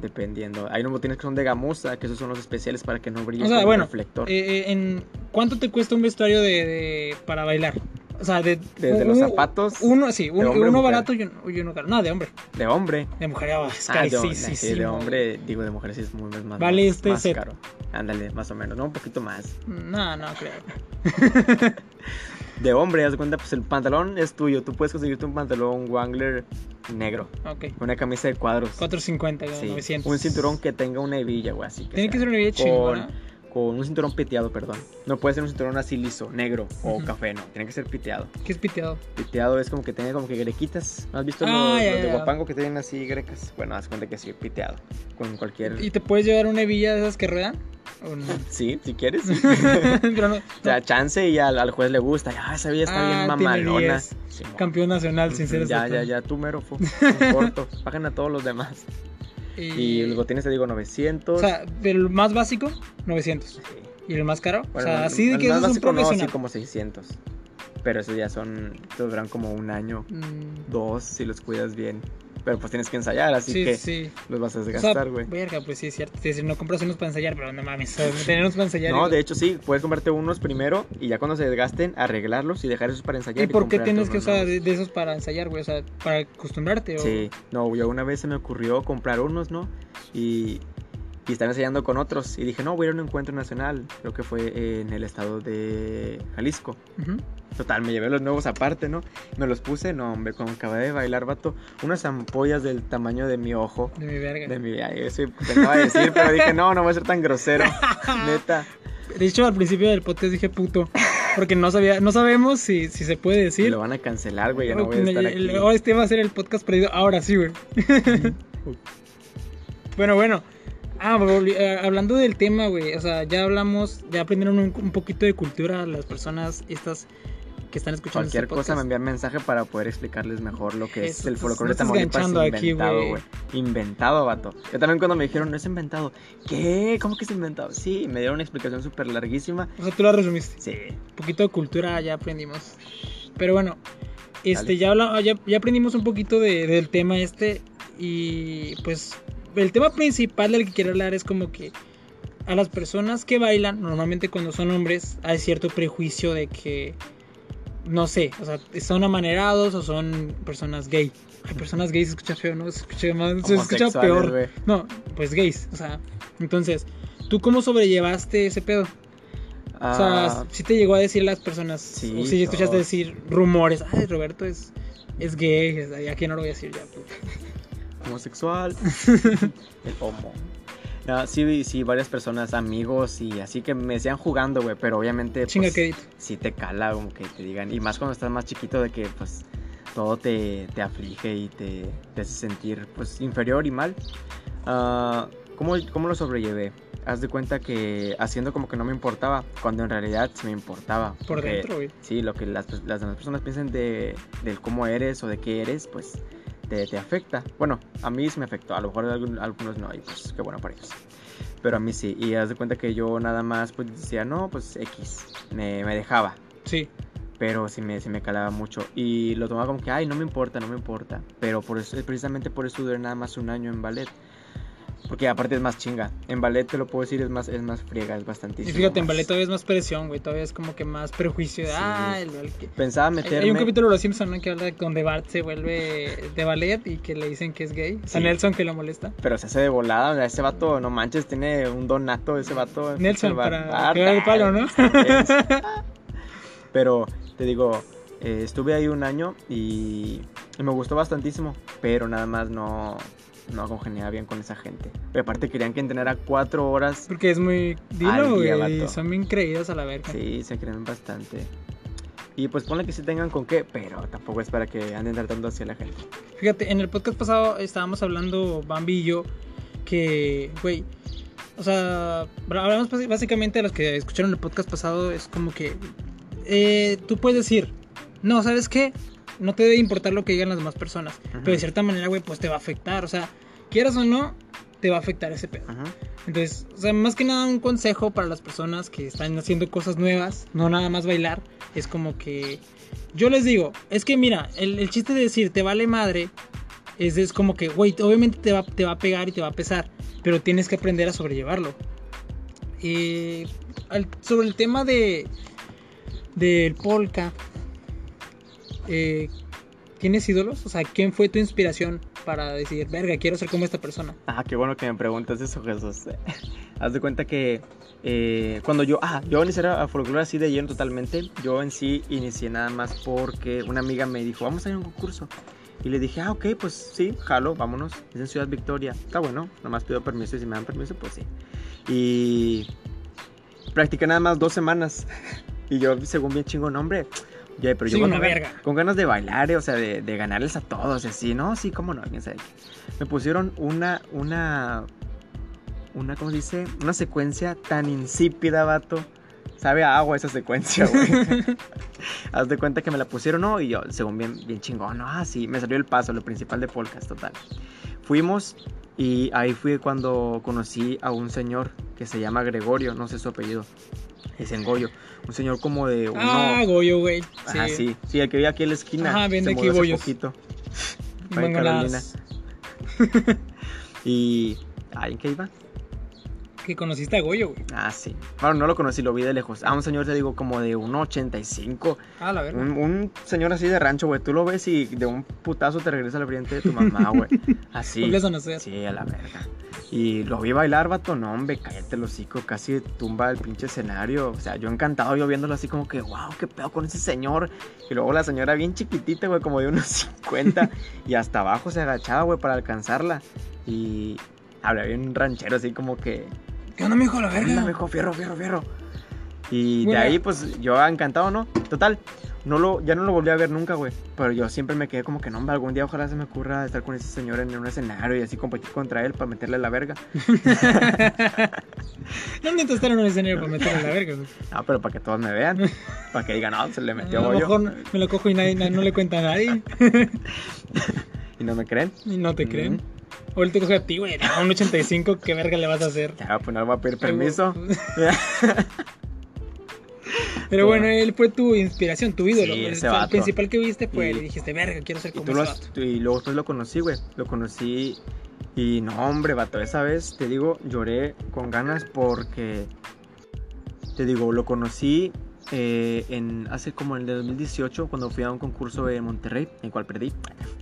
Speaker 2: dependiendo. Hay unos botines que son de gamuza, que esos son los especiales para que no brille
Speaker 1: O sea,
Speaker 2: con el
Speaker 1: bueno,
Speaker 2: reflector.
Speaker 1: Eh, eh, en, ¿Cuánto te cuesta un vestuario de, de- para bailar? O sea, de,
Speaker 2: Desde los
Speaker 1: un-
Speaker 2: zapatos
Speaker 1: Uno, sí, un-
Speaker 2: hombre o
Speaker 1: uno
Speaker 2: mujer?
Speaker 1: barato y uno, y uno caro. No, de hombre.
Speaker 2: de hombre.
Speaker 1: De mujer ya es
Speaker 2: Ah, de,
Speaker 1: carísimo.
Speaker 2: sí, de hombre, digo de mujeres sí es muy más,
Speaker 1: Vale
Speaker 2: más,
Speaker 1: este
Speaker 2: más
Speaker 1: set.
Speaker 2: caro. Ándale, más o menos, no un poquito más.
Speaker 1: Mm, No, no creo.
Speaker 2: De hombre, haz de cuenta, pues el pantalón es tuyo. Tú puedes conseguirte un pantalón Wangler negro,
Speaker 1: Ok.
Speaker 2: una camisa de cuadros.
Speaker 1: 450,
Speaker 2: Sí,
Speaker 1: 900.
Speaker 2: Un cinturón que tenga una hebilla, güey, así.
Speaker 1: Tiene que
Speaker 2: sea
Speaker 1: ser una vida
Speaker 2: con-
Speaker 1: chingona.
Speaker 2: Con un cinturón piteado, perdón. No puede ser un cinturón así liso, negro o
Speaker 1: Ujú.
Speaker 2: café, no. Tiene que ser piteado.
Speaker 1: ¿Qué es piteado?
Speaker 2: Piteado es como que tenga como que grequitas. ¿No has visto
Speaker 1: Ah,
Speaker 2: los,
Speaker 1: ya,
Speaker 2: los de
Speaker 1: ya.
Speaker 2: guapango que tienen así grecas? Bueno, haz cuenta que sí, piteado. Con cualquier.
Speaker 1: ¿Y te puedes llevar una hebilla de esas que ruedan? ¿O no?
Speaker 2: Sí, si quieres. sí.
Speaker 1: Pero no,
Speaker 2: O sea, chance y al, al juez le gusta. Ah, esa villa está
Speaker 1: Ah,
Speaker 2: bien
Speaker 1: tiene
Speaker 2: mamalona.
Speaker 1: 10.
Speaker 2: Sí, mo-
Speaker 1: campeón nacional, sin ser
Speaker 2: Ujú, Ya, ya,
Speaker 1: estatal.
Speaker 2: ya, tú mero, fo. No importa. Bajan a todos los demás. Y, los botines te digo 900.
Speaker 1: O sea, del más básico, 900.
Speaker 2: Sí.
Speaker 1: ¿Y el más caro?
Speaker 2: Bueno,
Speaker 1: o sea,
Speaker 2: el-
Speaker 1: así de
Speaker 2: el
Speaker 1: que
Speaker 2: más
Speaker 1: eso es un
Speaker 2: básico no, así
Speaker 1: profesional.
Speaker 2: como 600. Pero esos ya son, estos duran como un año,
Speaker 1: Mm,
Speaker 2: dos, si los cuidas bien. Pero pues tienes que ensayar, así
Speaker 1: sí,
Speaker 2: que
Speaker 1: sí.
Speaker 2: los vas a
Speaker 1: O sea,
Speaker 2: desgastar, güey.
Speaker 1: verga, pues sí, es cierto. Es decir, no compras unos para ensayar, pero no mames. o sea, tener unos para ensayar.
Speaker 2: no,
Speaker 1: y-
Speaker 2: de hecho sí, puedes comprarte unos primero y ya cuando se desgasten, arreglarlos y dejar esos para ensayar.
Speaker 1: ¿Y por qué
Speaker 2: comprarte
Speaker 1: tienes que
Speaker 2: unos
Speaker 1: usar
Speaker 2: nuevos.
Speaker 1: de, de esos para ensayar, güey? O sea, para acostumbrarte. O...
Speaker 2: Sí, no, yo una vez se me ocurrió comprar unos, ¿no? Y, y estaba ensayando con otros. Y dije, no, voy a ir a un encuentro nacional, creo que fue en el estado de Jalisco.
Speaker 1: Ujú.
Speaker 2: Total, me llevé los nuevos aparte, ¿no? Me los puse, no, hombre, cuando acabé de bailar, vato, unas ampollas del tamaño de mi ojo.
Speaker 1: De mi verga.
Speaker 2: De mi. Ay, eso pensaba decir, pero dije, no, no voy a ser tan grosero. Neta.
Speaker 1: De hecho, al principio del podcast dije puto. Porque no sabía, no sabemos si, si se puede
Speaker 2: Me
Speaker 1: decir.
Speaker 2: lo van a cancelar, güey, ya no voy a estar
Speaker 1: El-
Speaker 2: aquí.
Speaker 1: el- Este va a ser el podcast perdido. Ahora sí, güey. bueno, bueno. Ah, volvi- eh, hablando del tema, güey. O sea, ya hablamos, ya aprendieron un, un poquito de cultura las personas estas que están escuchando
Speaker 2: Cualquier
Speaker 1: este
Speaker 2: cosa me
Speaker 1: podcast.
Speaker 2: envían mensaje para poder explicarles mejor lo que es
Speaker 1: Eso,
Speaker 2: el
Speaker 1: estás-
Speaker 2: folclore de
Speaker 1: no estás
Speaker 2: Tamaulipas
Speaker 1: ganchando aquí,
Speaker 2: inventado,
Speaker 1: güey.
Speaker 2: güey. Inventado, vato. Yo también cuando me dijeron, no es inventado. ¿Qué? ¿Cómo que es inventado? Sí, me dieron una explicación súper larguísima.
Speaker 1: O sea, tú lo resumiste.
Speaker 2: Sí,
Speaker 1: Un poquito de cultura ya aprendimos. Pero bueno, este
Speaker 2: Dale.
Speaker 1: ya, habla- ya, ya aprendimos un poquito de- del tema este. Y pues el tema principal del que quiero hablar es como que a las personas que bailan, normalmente cuando son hombres, hay cierto prejuicio de que, no sé, o sea, son amanerados o son personas gay. Hay personas gays, se escucha feo, ¿no? Se escucha, más, se escucha
Speaker 2: Homosexuales,
Speaker 1: peor.
Speaker 2: güey.
Speaker 1: No, pues gays, o sea. Entonces, ¿tú cómo sobrellevaste ese pedo? O sea,
Speaker 2: Ah,
Speaker 1: si te llegó a decir las personas,
Speaker 2: Sí,
Speaker 1: o si escuchaste
Speaker 2: todos.
Speaker 1: decir rumores, ay, Roberto es, es gay, es- ay, aquí no lo voy a decir ya. pues".
Speaker 2: homosexual, el homo. No, sí, sí, varias personas, amigos y así que me decían jugando, güey, pero obviamente
Speaker 1: Chinga
Speaker 2: pues,
Speaker 1: crédito.
Speaker 2: sí te cala como que te digan, y más cuando estás más chiquito de que pues todo te, te aflige y te, te hace sentir pues inferior y mal. Ah, ¿cómo, ¿Cómo lo sobrellevé? Haz de cuenta que haciendo como que no me importaba, cuando en realidad sí me importaba.
Speaker 1: Por
Speaker 2: porque-
Speaker 1: dentro, güey.
Speaker 2: Sí, lo que las, pues, las demás personas piensen de, del cómo eres o de qué eres, pues te, te afecta. Bueno, a mí sí me afectó, a lo mejor a algún- a algunos no, y pues qué bueno para ellos. Pero a mí sí, y haz de cuenta que yo nada más pues decía, no, pues X, me, me dejaba,
Speaker 1: Sí.
Speaker 2: pero sí me, sí me calaba mucho. Y lo tomaba como que, ay, no me importa, no me importa. Pero por eso, precisamente por eso duré nada más un año en ballet. Porque aparte es más chinga. En ballet te lo puedo decir, es más, es más friega, es
Speaker 1: Y
Speaker 2: bastantísimo.
Speaker 1: fíjate, en
Speaker 2: más.
Speaker 1: ballet todavía es más presión, güey. Todavía es como que más prejuicio de,
Speaker 2: Sí.
Speaker 1: ah, el, el que...
Speaker 2: Pensaba
Speaker 1: Hay,
Speaker 2: meterme...
Speaker 1: hay un capítulo de Los Simpsons ¿no? que habla de donde Bart se vuelve de ballet y que le dicen que es gay. O sea,
Speaker 2: Sí.
Speaker 1: Nelson que lo molesta.
Speaker 2: Pero se hace de volada, o sea, ese vato, no manches, tiene un donato ese vato.
Speaker 1: Nelson,
Speaker 2: Ese va-
Speaker 1: para
Speaker 2: Ah,
Speaker 1: pegar el palo, ¿no?
Speaker 2: Pero te digo, eh, estuve ahí un año y, y me gustó bastantísimo, pero nada más no, no congeniaba bien con esa gente. Pero aparte querían que entrenara cuatro horas.
Speaker 1: Porque es muy...
Speaker 2: Al
Speaker 1: Dilo,
Speaker 2: día,
Speaker 1: güey.
Speaker 2: vato.
Speaker 1: Son bien creídos a la verga.
Speaker 2: Sí, se creen bastante. Y pues ponle que sí tengan con qué, pero tampoco es para que anden tratando hacia la gente.
Speaker 1: Fíjate, en el podcast pasado estábamos hablando, Bambi y yo, que, güey, o sea, hablamos basi- básicamente a los que escucharon el podcast pasado, es como que eh, tú puedes decir, no, ¿sabes qué? No te debe importar lo que digan las demás personas,
Speaker 2: Ujú.
Speaker 1: pero de cierta manera, güey, pues te va a afectar, o sea, quieras o no, te va a afectar ese pedo.
Speaker 2: Ajá.
Speaker 1: Entonces, o sea, más que nada un consejo para las personas que están haciendo cosas nuevas, no nada más bailar, es como que yo les digo, es que mira, el, el chiste de decir te vale madre es, es como que, güey, obviamente te va, te va a pegar y te va a pesar, pero tienes que aprender a sobrellevarlo. Eh, al- sobre el tema de del polka, eh, ¿tienes ídolos? O sea, ¿quién fue tu inspiración para decir, verga, quiero ser como esta persona?
Speaker 2: Ah, qué bueno que me preguntas eso, Jesús. Haz de cuenta que eh, cuando yo, ah, yo inicié a folclore así de lleno totalmente. Yo en sí inicié nada más porque una amiga me dijo, vamos a ir a un concurso. Y le dije, ah, ok, pues sí, jalo, vámonos. Es en Ciudad Victoria. Está bueno, nomás pido permiso y si me dan permiso, pues sí. Y practiqué nada más dos semanas. Y yo, según bien chingo nombre, ya, pero yo
Speaker 1: Soy
Speaker 2: con,
Speaker 1: una
Speaker 2: ganas-
Speaker 1: verga.
Speaker 2: con ganas de bailar, eh, o sea, de, de ganarles a todos, y así, ¿no? Sí, cómo no, quién sabe qué. Me pusieron una, una, una, ¿cómo se dice? Una secuencia tan insípida, vato. Sabe a agua esa secuencia, güey. Haz de cuenta que me la pusieron, ¿no? Y yo, según bien, bien chingón, ¿no? Ah, sí, me salió el paso, lo principal de podcast, total. Fuimos y ahí fui cuando conocí a un señor que se llama Gregorio, no sé su apellido. Es en Goyo. Un señor como de uno.
Speaker 1: Ah, Goyo, güey.
Speaker 2: Ajá, sí. Sí, el que vive aquí en la esquina.
Speaker 1: Ajá, vende
Speaker 2: se mudó hace
Speaker 1: equibollos.
Speaker 2: poquito.
Speaker 1: Y
Speaker 2: Ahí en
Speaker 1: mangonadas.
Speaker 2: Y. ¿Ay, en qué iba?
Speaker 1: Que conociste a Goyo, güey.
Speaker 2: Ah, sí. Bueno, no lo conocí, lo vi de lejos. Ah, un señor, te digo, como de 1,85.
Speaker 1: Ah, la verdad.
Speaker 2: Un, un señor así de rancho, güey. Tú lo ves y de un putazo te regresa al frente de tu mamá, güey. Así.
Speaker 1: Vuelves a nacer.
Speaker 2: Sí, a la verga. Y lo vi bailar, vato, no, hombre, cállate el hocico, casi tumba el pinche escenario. O sea, yo encantado, yo viéndolo así como que, wow, qué pedo con ese señor. Y luego la señora bien chiquitita, güey, como de unos 50, y hasta abajo se agachaba, güey, para alcanzarla. Y hablaba bien ranchero, así como que,
Speaker 1: ¿Qué onda, mijo? La
Speaker 2: Anda,
Speaker 1: verga.
Speaker 2: mijo, fierro, fierro, fierro. Y
Speaker 1: Bueno.
Speaker 2: de ahí, pues, yo encantado, ¿no? Total, no lo, ya no lo volví a ver nunca, güey. Pero yo siempre me quedé como que, no, hombre, algún día ojalá se me ocurra estar con ese señor en un escenario y así competir contra él para meterle la verga.
Speaker 1: No necesitas estar en un escenario para meterle la verga, güey.
Speaker 2: Ah, pero para que todos me vean. Para que digan, no, se le metió
Speaker 1: a lo
Speaker 2: hoyo.
Speaker 1: mejor me lo cojo y nadie, na- no le cuenta a nadie.
Speaker 2: Y no me creen.
Speaker 1: Y no te
Speaker 2: Mm.
Speaker 1: creen. O él te coge a ti, güey. A un 85, ¿qué verga le vas a hacer?
Speaker 2: Ya, pues no le voy a pedir permiso.
Speaker 1: Pero bueno, él fue tu inspiración, tu ídolo.
Speaker 2: Sí,
Speaker 1: güey.
Speaker 2: ese
Speaker 1: O sea, el
Speaker 2: vato.
Speaker 1: principal que viste fue él y
Speaker 2: Y-
Speaker 1: dijiste, verga, quiero ser
Speaker 2: Y,
Speaker 1: como
Speaker 2: tú
Speaker 1: ese
Speaker 2: lo has-
Speaker 1: vato.
Speaker 2: tú- y luego después lo conocí, güey. Lo conocí y no, hombre, vato, esa vez te digo, lloré con ganas porque, te digo, lo conocí eh, en hace como en el de 2018 cuando fui a un concurso en Monterrey, en el cual perdí.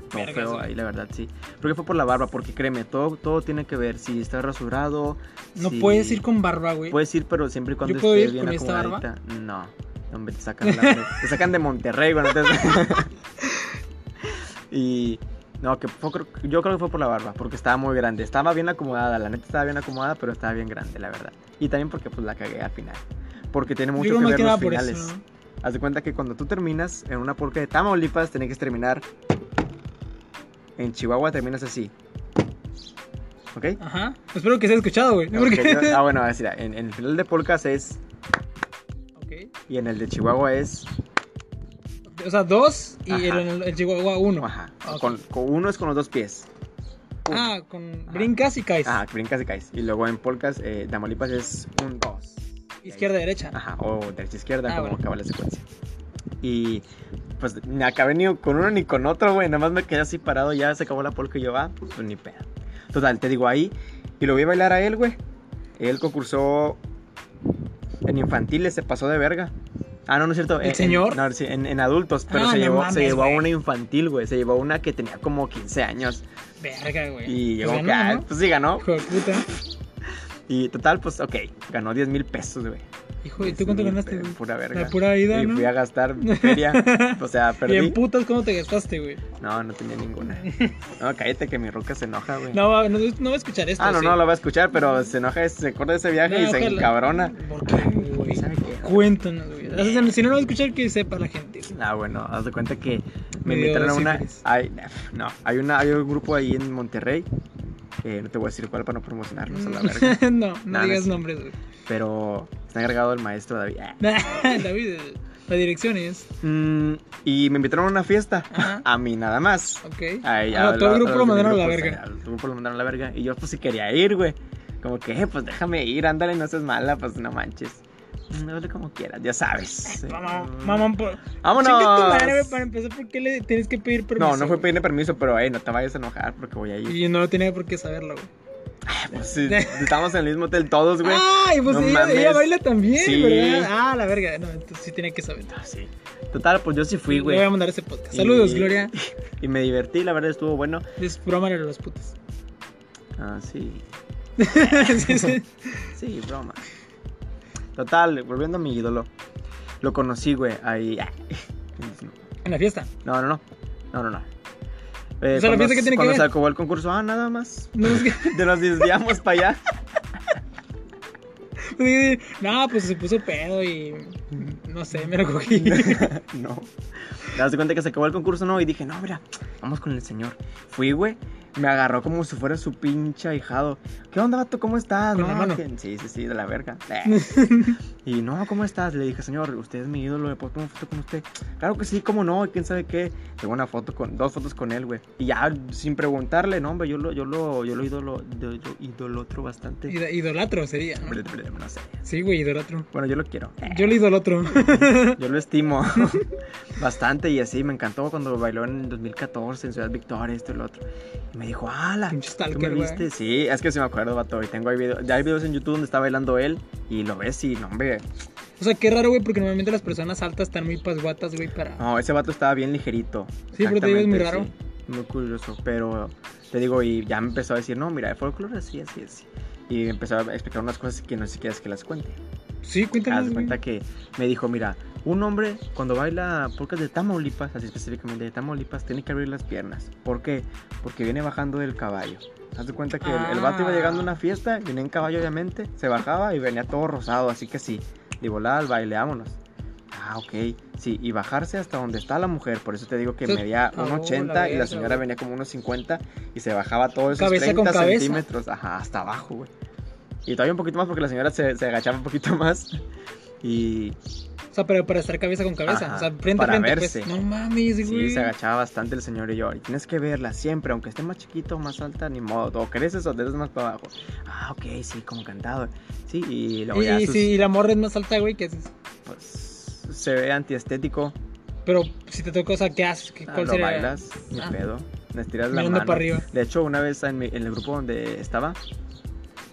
Speaker 2: Todo
Speaker 1: Vergas,
Speaker 2: feo
Speaker 1: güey.
Speaker 2: ahí, la verdad, sí. Creo que fue por la barba, porque créeme, todo, todo tiene que ver. Si estás rasurado,
Speaker 1: No
Speaker 2: si-
Speaker 1: puedes ir con barba, güey.
Speaker 2: Puedes ir, pero siempre y cuando
Speaker 1: ¿Yo puedo
Speaker 2: esté
Speaker 1: ir
Speaker 2: bien
Speaker 1: con esta barba?
Speaker 2: acomodadita. No, hombre, te sacan, la- te sacan de Monterrey, güey. no te- y no, que fue- creo- yo creo que fue por la barba, porque estaba muy grande. Estaba bien acomodada, la neta estaba bien acomodada, pero estaba bien grande, la verdad. Y también porque pues la cagué al final. Porque tiene
Speaker 1: Yo
Speaker 2: mucho
Speaker 1: creo
Speaker 2: que
Speaker 1: más
Speaker 2: ver
Speaker 1: que nada
Speaker 2: los
Speaker 1: por
Speaker 2: finales.
Speaker 1: eso, ¿no?
Speaker 2: Haz de cuenta que cuando tú terminas en una porca de Tamaulipas, tenés que terminar. En Chihuahua terminas así. ¿Ok?
Speaker 1: Ajá. Espero que se haya escuchado, güey.
Speaker 2: Ok,
Speaker 1: Porque-
Speaker 2: yo- ah, bueno, así, en, en el final de Polcas es
Speaker 1: Ok.
Speaker 2: Y en el de Chihuahua es.
Speaker 1: O sea, dos y
Speaker 2: Ajá.
Speaker 1: el, el Chihuahua uno.
Speaker 2: Ajá.
Speaker 1: Ok.
Speaker 2: Con, con- uno es con los dos pies. Pum.
Speaker 1: Ah, con
Speaker 2: Ajá. Ah,
Speaker 1: brincas y caes.
Speaker 2: Ajá, brincas y caes. Y luego en polcas, eh, Damaulipas es un dos.
Speaker 1: Izquierda, derecha.
Speaker 2: Ajá, o derecha izquierda,
Speaker 1: Ah,
Speaker 2: como
Speaker 1: bueno.
Speaker 2: acaba la secuencia. Y pues ni acabé ni con uno ni con otro, güey. Nada más me quedé así parado, ya se acabó la polca y yo, ah, pues ni pedo. Total, te digo ahí. Y lo vi bailar a él, güey. Él concursó en infantiles, se pasó de verga. Ah, no, no es cierto.
Speaker 1: ¿El
Speaker 2: en- en-
Speaker 1: señor?
Speaker 2: no, sí, en, en adultos, pero
Speaker 1: Ah,
Speaker 2: se,
Speaker 1: no
Speaker 2: llevó,
Speaker 1: mames,
Speaker 2: se llevó a
Speaker 1: güey.
Speaker 2: una infantil, güey. Se llevó a una que tenía como 15 años.
Speaker 1: Verga, güey.
Speaker 2: Y llegó
Speaker 1: Pues
Speaker 2: que,
Speaker 1: ganó,
Speaker 2: ah,
Speaker 1: ¿no?
Speaker 2: pues sí, ganó.
Speaker 1: Hijo de puta.
Speaker 2: Y total, pues ok, ganó 10 mil pesos, güey.
Speaker 1: Hijo, ¿y tú
Speaker 2: 10,000
Speaker 1: cuánto ganaste,
Speaker 2: pe-
Speaker 1: güey?
Speaker 2: Pura verga.
Speaker 1: La pura vida,
Speaker 2: y
Speaker 1: ¿no?
Speaker 2: fui a gastar feria. o sea,
Speaker 1: Y
Speaker 2: perdí.
Speaker 1: en putas, ¿cómo te gastaste, güey?
Speaker 2: No, no tenía ninguna. No, cállate que mi roca se enoja, güey.
Speaker 1: No, va- no, no va a escuchar esto.
Speaker 2: ah, no,
Speaker 1: sí.
Speaker 2: no, lo va a escuchar, pero se enoja, se acuerda de ese viaje y
Speaker 1: No,
Speaker 2: se
Speaker 1: ojalá.
Speaker 2: encabrona.
Speaker 1: ¿Por qué, güey?
Speaker 2: ¿Sabe qué?
Speaker 1: Cuéntanos, güey. O sea, si no lo va a escuchar, que sepa la gente. güey.
Speaker 2: Ah, bueno, haz de cuenta que
Speaker 1: Me
Speaker 2: me
Speaker 1: dio
Speaker 2: invitaron a una.
Speaker 1: sífilis.
Speaker 2: Ay, no, hay, una, hay un grupo ahí en Monterrey. eh, no te voy a decir cuál para no promocionarnos a la verga.
Speaker 1: no, no
Speaker 2: Nah, no
Speaker 1: digas
Speaker 2: es-
Speaker 1: nombres, güey.
Speaker 2: Pero está agregado el maestro David. Ah,
Speaker 1: David, eh, La dirección es.
Speaker 2: Mm, y me invitaron a una fiesta.
Speaker 1: Ajá.
Speaker 2: A mí nada más.
Speaker 1: Ok.
Speaker 2: Ahí,
Speaker 1: Ah,
Speaker 2: a-
Speaker 1: todo el grupo
Speaker 2: los
Speaker 1: lo
Speaker 2: de mi
Speaker 1: mandaron a la
Speaker 2: grupo,
Speaker 1: verga.
Speaker 2: o sea, al grupo lo mandaron a la verga. Y yo, pues, si quería ir, güey. Como que, eh, pues déjame ir, ándale, no seas mala, pues no manches. Mm, Dale como quieras, ya sabes.
Speaker 1: Eh, Mamá,
Speaker 2: Mm.
Speaker 1: mamá, por.
Speaker 2: ¡Vámonos!
Speaker 1: Chinga tu madre, güey, para empezar, ¿por qué le tienes que pedir permiso?
Speaker 2: no, no fue
Speaker 1: güey?
Speaker 2: pedirle permiso, pero, eh, no te vayas a enojar porque voy a ir.
Speaker 1: Y no tenía por qué saberlo, güey.
Speaker 2: Ah, Pues, sí, estamos en el mismo hotel todos, güey.
Speaker 1: Ah, y pues
Speaker 2: no
Speaker 1: ella, ella
Speaker 2: mames.
Speaker 1: baila también,
Speaker 2: Sí.
Speaker 1: ¿verdad? Ah, la verga. No, entonces sí tenía que saber.
Speaker 2: Ah, sí. Total, pues yo sí fui,
Speaker 1: Le voy
Speaker 2: güey.
Speaker 1: a mandar ese podcast. Saludos,
Speaker 2: Y-
Speaker 1: Gloria.
Speaker 2: Y me divertí, la verdad estuvo bueno.
Speaker 1: Es broma de los putos.
Speaker 2: Ah, sí.
Speaker 1: Sí, sí.
Speaker 2: Sí, broma. Total, volviendo a mi ídolo. Lo conocí, güey, ahí.
Speaker 1: En la fiesta.
Speaker 2: No, no, no. No, no, no. Eh,
Speaker 1: O sea, ¿la fiesta qué tiene que
Speaker 2: cuando se
Speaker 1: ver?
Speaker 2: acabó el concurso, ah, nada más.
Speaker 1: No, es que-
Speaker 2: De nos desviamos para allá.
Speaker 1: Sí, sí. No, pues se puso pedo y no sé, me lo cogí.
Speaker 2: no. Te das cuenta que se acabó el concurso, no. Y dije, no, mira, vamos con el señor. Fui, güey. Me agarró como si fuera su pinche ahijado. ¿Qué onda, vato? ¿Cómo estás?
Speaker 1: Con la
Speaker 2: No,
Speaker 1: mano.
Speaker 2: que- Sí, sí, sí, de la verga. Eh. y no, ¿cómo estás? Le dije, señor, usted es mi ídolo. ¿Le puedo tomar una foto con usted? Claro que sí, ¿cómo no? ¿Y quién sabe qué? Tengo una foto con, dos fotos con él, güey. Y ya, sin preguntarle, no, hombre, yo lo, yo lo, yo lo idolo, yo, yo idolatro bastante.
Speaker 1: Id- Idolatro sería, ¿no?
Speaker 2: No sé.
Speaker 1: Sí, güey, idolatro.
Speaker 2: Bueno, yo lo quiero. Eh.
Speaker 1: Yo lo idolatro.
Speaker 2: Yo lo estimo bastante y así me encantó cuando bailó en 2014 en Ciudad Victoria, esto y lo otro. Y me dijo, ¡ala!
Speaker 1: Pinche
Speaker 2: ¿Tú me
Speaker 1: stalker, güey.
Speaker 2: viste? Sí, es que sí me acuerdo, vato. Y tengo ahí video- ya hay videos en YouTube donde está bailando él y lo ves y no, hombre.
Speaker 1: O sea, qué raro, güey, porque normalmente las personas altas están muy pasguatas, güey, para...
Speaker 2: No, ese vato estaba bien ligerito.
Speaker 1: Sí, pero te digo, es muy
Speaker 2: Exactamente,
Speaker 1: raro.
Speaker 2: sí. Muy curioso, pero te digo, y ya me empezó a decir, no, mira, el folclore así, así, así. Y empezó a explicar unas cosas que no sé si quieres que las cuente.
Speaker 1: Sí, cuéntame.
Speaker 2: Haz de cuenta que me dijo, mira, un hombre cuando baila polcas de Tamaulipas, así específicamente de Tamaulipas, tiene que abrir las piernas. ¿Por qué? Porque viene bajando del caballo. Haz de cuenta que el- el, vato iba llegando a una fiesta, venía en caballo obviamente, se bajaba y venía todo rosado, así que sí, de volada al baile, vámonos. Ah, ok, sí, y bajarse hasta donde está la mujer, por eso te digo que
Speaker 1: Entonces,
Speaker 2: medía
Speaker 1: oh,
Speaker 2: 1,80 y
Speaker 1: la
Speaker 2: la señora
Speaker 1: verga.
Speaker 2: venía como 1,50 y se bajaba todos esos
Speaker 1: Cabeza con
Speaker 2: 30
Speaker 1: cabeza.
Speaker 2: centímetros, ajá, hasta abajo, güey. Y todavía un poquito más porque la señora se, se agachaba un poquito más. Y
Speaker 1: O sea, pero para estar cabeza con cabeza.
Speaker 2: Ajá,
Speaker 1: o sea, frente
Speaker 2: para
Speaker 1: a frente,
Speaker 2: verse.
Speaker 1: pues. No mames, güey.
Speaker 2: sí, se agachaba bastante el señor y yo. Y tienes que verla siempre, aunque esté más chiquito o más alta, ni modo. O creces o te das más para abajo. Ah, ok, sí, como cantado. Sí, y luego
Speaker 1: y,
Speaker 2: ya
Speaker 1: y
Speaker 2: sus-
Speaker 1: si la morra es más alta, güey, ¿qué haces?
Speaker 2: pues, se ve antiestético.
Speaker 1: Pero si te toca, o sea, ¿qué haces? ¿Qué,
Speaker 2: Ah,
Speaker 1: ¿Cuál
Speaker 2: lo
Speaker 1: sería?
Speaker 2: bailas, ni
Speaker 1: Ah.
Speaker 2: pedo. Le estiras la
Speaker 1: Mirando
Speaker 2: mano.
Speaker 1: para arriba.
Speaker 2: De hecho, una vez en, mi- en el grupo donde estaba,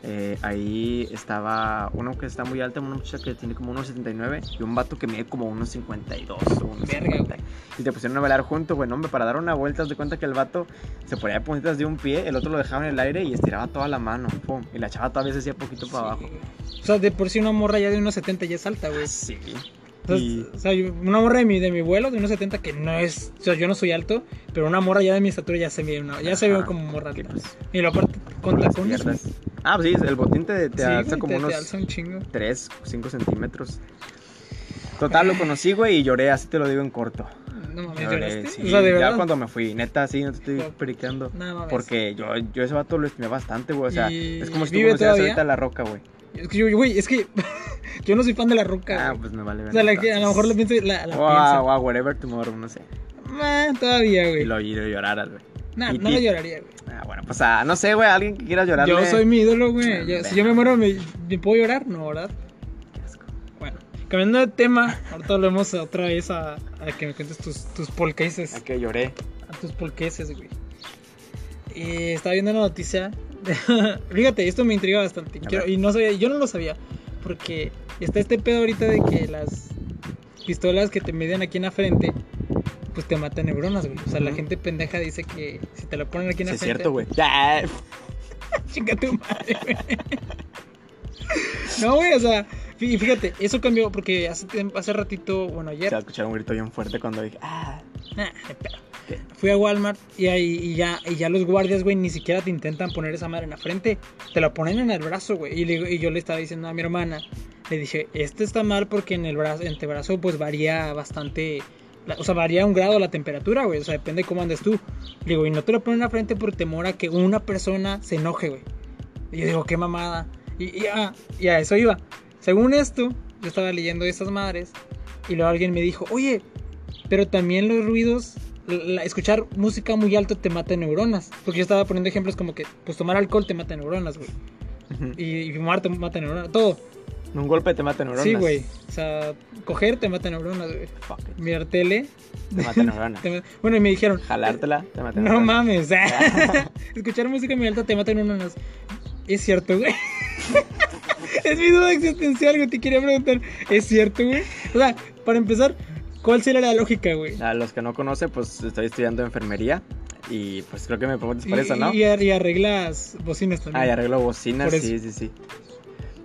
Speaker 2: eh, ahí estaba uno que está muy alto, una muchacha que tiene como 1,79 y un vato que mide como 1,52 o
Speaker 1: Verga,
Speaker 2: 1,50. Y te pusieron a bailar juntos, güey, no, hombre, para dar una vuelta, haz de cuenta que el vato se ponía de puntitas de un pie, el otro lo dejaba en el aire y estiraba toda la mano, pum, y la chava todavía se hacía poquito para
Speaker 1: Sí,
Speaker 2: abajo. Pues
Speaker 1: güey. O sea, de por sí una morra ya de unos 70 ya es alta, güey.
Speaker 2: Sí.
Speaker 1: O sea,
Speaker 2: Y-
Speaker 1: o sea, yo- una morra de mi, de mi vuelo de unos 70 que no es, o sea, yo no soy alto, pero una morra ya de mi estatura ya se ve, una- ya se ve
Speaker 2: Ajá.
Speaker 1: como morra alta.
Speaker 2: Que, pues,
Speaker 1: Y lo aparte con
Speaker 2: las
Speaker 1: tacones. güey.
Speaker 2: piernas. Ah, pues sí, el botín te, te
Speaker 1: Sí,
Speaker 2: alza
Speaker 1: güey,
Speaker 2: como
Speaker 1: te- te
Speaker 2: unos
Speaker 1: alza un chingo.
Speaker 2: 3, 5 centímetros. Total, lo conocí, güey, y lloré, así te lo digo en corto.
Speaker 1: No mames,
Speaker 2: Lloré,
Speaker 1: lloraste.
Speaker 2: sí,
Speaker 1: o sea, de
Speaker 2: Ya
Speaker 1: verdad.
Speaker 2: cuando me fui, neta, sí, no te estoy
Speaker 1: No.
Speaker 2: periqueando.
Speaker 1: No mames.
Speaker 2: Porque yo, yo ese vato lo estimé bastante, güey. O sea,
Speaker 1: ¿Y
Speaker 2: es como si tú
Speaker 1: vive
Speaker 2: conocieras
Speaker 1: todavía?
Speaker 2: ahorita a la roca, güey.
Speaker 1: Es que yo, güey, es que yo no soy fan de la roca.
Speaker 2: Ah,
Speaker 1: güey.
Speaker 2: pues me vale ver.
Speaker 1: o sea, la que a lo mejor le pienso. La, la
Speaker 2: Wow, wow, whatever tomorrow, no sé.
Speaker 1: pienso. Ah, todavía,
Speaker 2: Y
Speaker 1: güey.
Speaker 2: lo, y lo lloraras, güey.
Speaker 1: Nah,
Speaker 2: y
Speaker 1: no
Speaker 2: ti-
Speaker 1: la lloraría, güey.
Speaker 2: Ah, bueno, pues ah, no sé, güey, alguien que quiera llorar.
Speaker 1: Yo soy mi ídolo, güey.
Speaker 2: Ven.
Speaker 1: Yo- Si yo me muero, ¿me, me puedo llorar? No, ¿verdad? Bueno, cambiando de tema, ahorita volvemos a- otra vez a, a que me cuentes tus, tus polcases.
Speaker 2: A Ah, que lloré.
Speaker 1: A tus polqueses, güey. Eh, estaba viendo una noticia. Fíjate, esto me intriga bastante.
Speaker 2: A
Speaker 1: Quiero-
Speaker 2: ver.
Speaker 1: y no sabía, yo no lo sabía. Porque está este pedo ahorita de que las pistolas que te miden aquí en la frente, pues te matan neuronas, güey. O sea, la
Speaker 2: Ujú.
Speaker 1: gente pendeja dice que si te la ponen aquí en
Speaker 2: Sí,
Speaker 1: la
Speaker 2: es
Speaker 1: frente.
Speaker 2: cierto, güey. Ya, eh,
Speaker 1: Chinga tu madre, güey. No, güey, o sea, fí- y fíjate, eso cambió porque hace, tiemp- hace ratito, bueno,
Speaker 2: Se va a
Speaker 1: ayer,
Speaker 2: escuchar un grito bien fuerte cuando dije, ah,
Speaker 1: nah, ni pedo. fui a Walmart y, ahí, y, ya, y ya los guardias, güey, ni siquiera te intentan poner esa madre en la frente, te la ponen en el brazo, güey. Y, le digo- y yo le estaba diciendo a mi hermana, le dije, este está mal porque en el brazo, antebrazo, pues varía bastante. la- O sea, varía un grado la temperatura, güey. O sea, depende de cómo andes tú. Le digo, y no te lo ponen en la frente por temor a que una persona se enoje, güey. Y yo digo, qué mamada. Y, y, ah, y a eso iba. Según esto, yo estaba leyendo esas madres. Y luego alguien me dijo, oye, pero también los ruidos, la- escuchar música muy alto te mata neuronas. Porque yo estaba poniendo ejemplos como que, pues tomar alcohol te mata neuronas, güey.
Speaker 2: Ujú.
Speaker 1: Y, y fumar te mata neuronas, todo.
Speaker 2: Un golpe te mata neuronas.
Speaker 1: Sí, güey. O sea, coger te mata neuronas, güey.
Speaker 2: Fuck it.
Speaker 1: Mirar tele.
Speaker 2: Te mata neuronas.
Speaker 1: te ma- Bueno, y me dijeron,
Speaker 2: Jalártela, te mata
Speaker 1: no
Speaker 2: neuronas.
Speaker 1: mames. Escuchar música muy alta te mata neuronas. Es cierto, güey. es mi duda existencial, güey. Te quería preguntar, ¿es cierto, güey? O sea, para empezar, ¿cuál sería la lógica, güey?
Speaker 2: A los que no conocen, pues estoy estudiando enfermería. Y pues creo que me preguntas por
Speaker 1: Y-
Speaker 2: eso, ¿no?
Speaker 1: Y, ar- y arreglas bocinas también.
Speaker 2: Ah, y arreglo bocinas,
Speaker 1: Por eso.
Speaker 2: sí, sí, sí.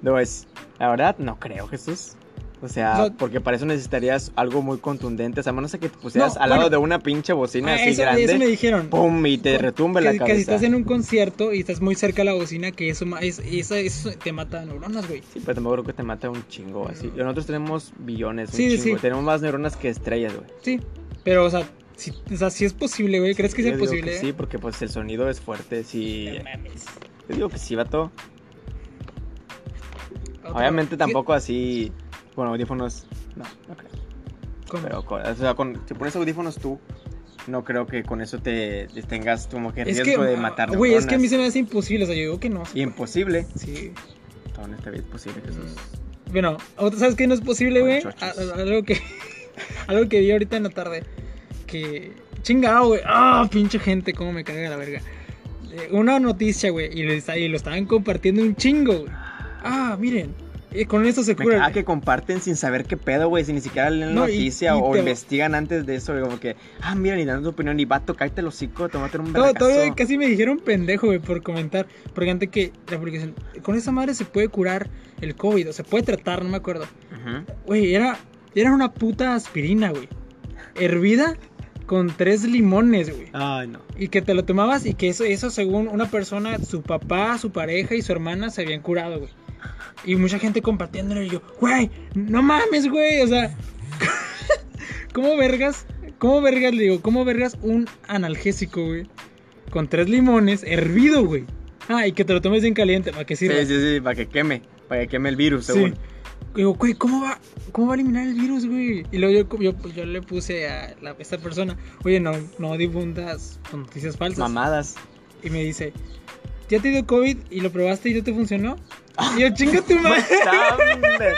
Speaker 2: No, es. La verdad, no creo, Jesús. O sea,
Speaker 1: O sea-
Speaker 2: porque para eso necesitarías algo muy contundente. O sea, a menos de que te pusieras
Speaker 1: No,
Speaker 2: al lado
Speaker 1: bueno.
Speaker 2: de una pinche bocina
Speaker 1: Ah,
Speaker 2: así
Speaker 1: eso,
Speaker 2: grande.
Speaker 1: eso me dijeron.
Speaker 2: ¡Pum! Y te retumbe la
Speaker 1: que, que
Speaker 2: cabeza.
Speaker 1: si estás en un concierto y estás muy cerca a la bocina, que eso, ma- es, eso, eso te mata neuronas, güey.
Speaker 2: Sí, pero tampoco creo que te mata un chingo así.
Speaker 1: No.
Speaker 2: Nosotros tenemos billones,
Speaker 1: Mm.
Speaker 2: un
Speaker 1: Sí, sí,
Speaker 2: chingo.
Speaker 1: sí.
Speaker 2: Tenemos más neuronas que estrellas, güey.
Speaker 1: Sí, pero, o sea, si, o sea, si es posible, güey. ¿Crees que
Speaker 2: Yo
Speaker 1: sea
Speaker 2: digo que
Speaker 1: posible? ¿eh?
Speaker 2: sí, porque pues el sonido es fuerte, sí.
Speaker 1: No mames.
Speaker 2: Yo digo que sí, vato.
Speaker 1: Otra-
Speaker 2: Obviamente
Speaker 1: ¿Qué-
Speaker 2: tampoco así. Bueno, audífonos. No, no creo.
Speaker 1: cómo?
Speaker 2: Pero, con- o sea, con, si pones audífonos tú, no creo que con eso te te tengas como que
Speaker 1: es
Speaker 2: riesgo
Speaker 1: que,
Speaker 2: de matar
Speaker 1: ah, Güey, es que a mí
Speaker 2: neuronas.
Speaker 1: se me hace imposible. O sea, yo digo que no.
Speaker 2: Y imposible.
Speaker 1: Sí.
Speaker 2: No, en esta vida es posible, Jesús.
Speaker 1: Bueno, otra- ¿sabes qué no es posible, güey?
Speaker 2: Con chochos.
Speaker 1: A- a- Algo que, algo que vi ahorita en la tarde. Que. Chingado, güey. Ah, pinche gente, cómo me carga la verga. Eh, una noticia, güey. Y lo, está- y lo estaban compartiendo un chingo, güey. Ah, miren. eh, con esto se
Speaker 2: Me
Speaker 1: cura.
Speaker 2: caga que comparten sin saber qué pedo, güey, si ni siquiera leen la
Speaker 1: No, y-
Speaker 2: noticia
Speaker 1: y
Speaker 2: o
Speaker 1: te-
Speaker 2: investigan antes de eso, güey, como que, ah, mira, ni dando tu opinión, y vato, cállate el hocico, te voy a meter un
Speaker 1: Todo,
Speaker 2: vergazo.
Speaker 1: todavía casi me dijeron pendejo, güey, por comentar. Porque antes que la publicación, con esa madre se puede curar el COVID, o se puede tratar, no me acuerdo.
Speaker 2: Ujú.
Speaker 1: Güey, era, era una puta aspirina, güey. Hervida con tres limones, güey.
Speaker 2: Ay, no.
Speaker 1: Y que te lo tomabas y que eso, eso según una persona, su papá, su pareja y su hermana se habían curado, güey. Y mucha gente compartiéndolo y yo, güey, no mames, güey. O sea, ¿cómo vergas? ¿Cómo vergas, le digo? ¿Cómo vergas un analgésico, güey? Con tres limones, hervido, güey. Ah, y que te lo tomes bien caliente, para que
Speaker 2: Sí,
Speaker 1: sirva.
Speaker 2: sí, sí, para que queme, para que queme el virus,
Speaker 1: Sí.
Speaker 2: según.
Speaker 1: Digo, güey, ¿cómo va, ¿cómo va a eliminar el virus, güey? Y luego yo, yo, yo le puse a la- esta persona, oye, no, no difundas noticias falsas.
Speaker 2: Mamadas.
Speaker 1: Y me dice, ¿ya te dio COVID y lo probaste y no te funcionó? Y yo, chinga tu madre.
Speaker 2: ¡Hombre!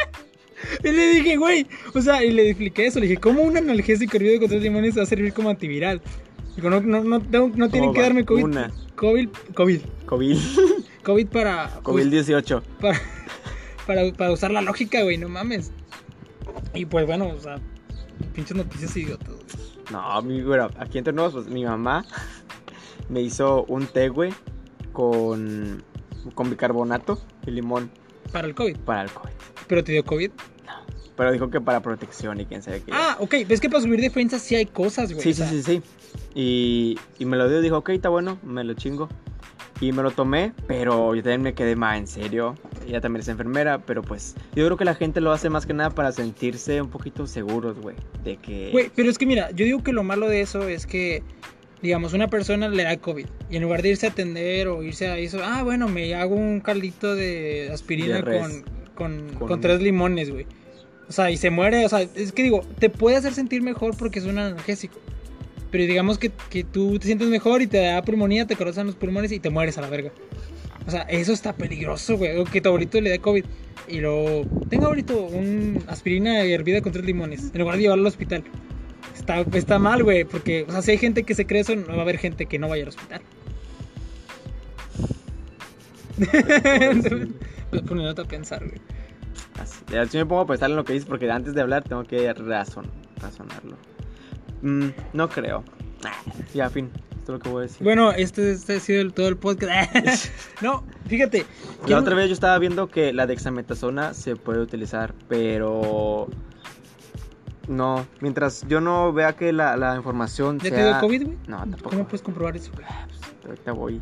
Speaker 1: Y le dije, güey. O sea, y le expliqué eso. Le dije, ¿cómo un analgésico hervido con tres limones va a servir como antiviral? Digo, no, no, no, tengo- no tienen
Speaker 2: Como
Speaker 1: que darme COVID.
Speaker 2: vacuna.
Speaker 1: COVID, COVID.
Speaker 2: COVID.
Speaker 1: COVID para.
Speaker 2: COVID-18.
Speaker 1: para, para, para usar la lógica, güey, no mames. Y pues bueno, o sea, pinches noticias idiotas. güey.
Speaker 2: No, mi, bueno, aquí entre nosotros, pues, mi mamá me hizo un té, güey, con, con bicarbonato y limón
Speaker 1: Para el COVID.
Speaker 2: para el COVID.
Speaker 1: Pero te dio COVID.
Speaker 2: Pero dijo que para protección y quién sabe qué.
Speaker 1: Ah, ok. Ves que para subir defensas sí hay cosas, güey.
Speaker 2: Sí,
Speaker 1: o
Speaker 2: sí,
Speaker 1: sea,
Speaker 2: sí, sí. Y, y me lo dio, dijo, ok, está bueno, me lo chingo. Y me lo tomé, pero yo también me quedé más en serio. Ella también es enfermera, pero pues yo creo que la gente lo hace más que nada para sentirse un poquito seguros, güey. De que...
Speaker 1: Güey, pero es que mira, yo digo que lo malo de eso es que, digamos, una persona le da COVID y en lugar de irse a atender o irse a eso, ah, bueno, me hago un caldito de aspirina
Speaker 2: De res.
Speaker 1: con, con,
Speaker 2: Con-
Speaker 1: con tres limones, güey. O sea, y se muere, o sea, es que digo, te puede hacer sentir mejor porque es un analgésico. Pero digamos que, que tú te sientes mejor y te da pulmonía, te cortan los pulmones y te mueres a la verga. O sea, eso está peligroso, güey. O que tu abuelito le dé COVID y lo tenga abuelito un aspirina hervida con tres limones en lugar de llevarlo al hospital. Está, está mal, güey, porque, o sea, si hay gente que se cree eso, no va a haber gente que no vaya al hospital. Poniéndote a pensar, güey.
Speaker 2: Así, ya, sí me pongo a pensar en lo que dices porque antes de hablar tengo que razon, razonarlo. Mm, no creo. Ya, fin. Esto es lo que voy a decir.
Speaker 1: Bueno, este, este ha sido el- todo el podcast. no, fíjate.
Speaker 2: la
Speaker 1: quiero-
Speaker 2: otra vez yo estaba viendo que la dexametasona se puede utilizar, pero... No, mientras yo no vea que la, la información
Speaker 1: ¿Ya te
Speaker 2: sea...
Speaker 1: dio COVID, güey?
Speaker 2: No, tampoco.
Speaker 1: ¿Cómo puedes comprobar eso? güey?
Speaker 2: Ahorita voy.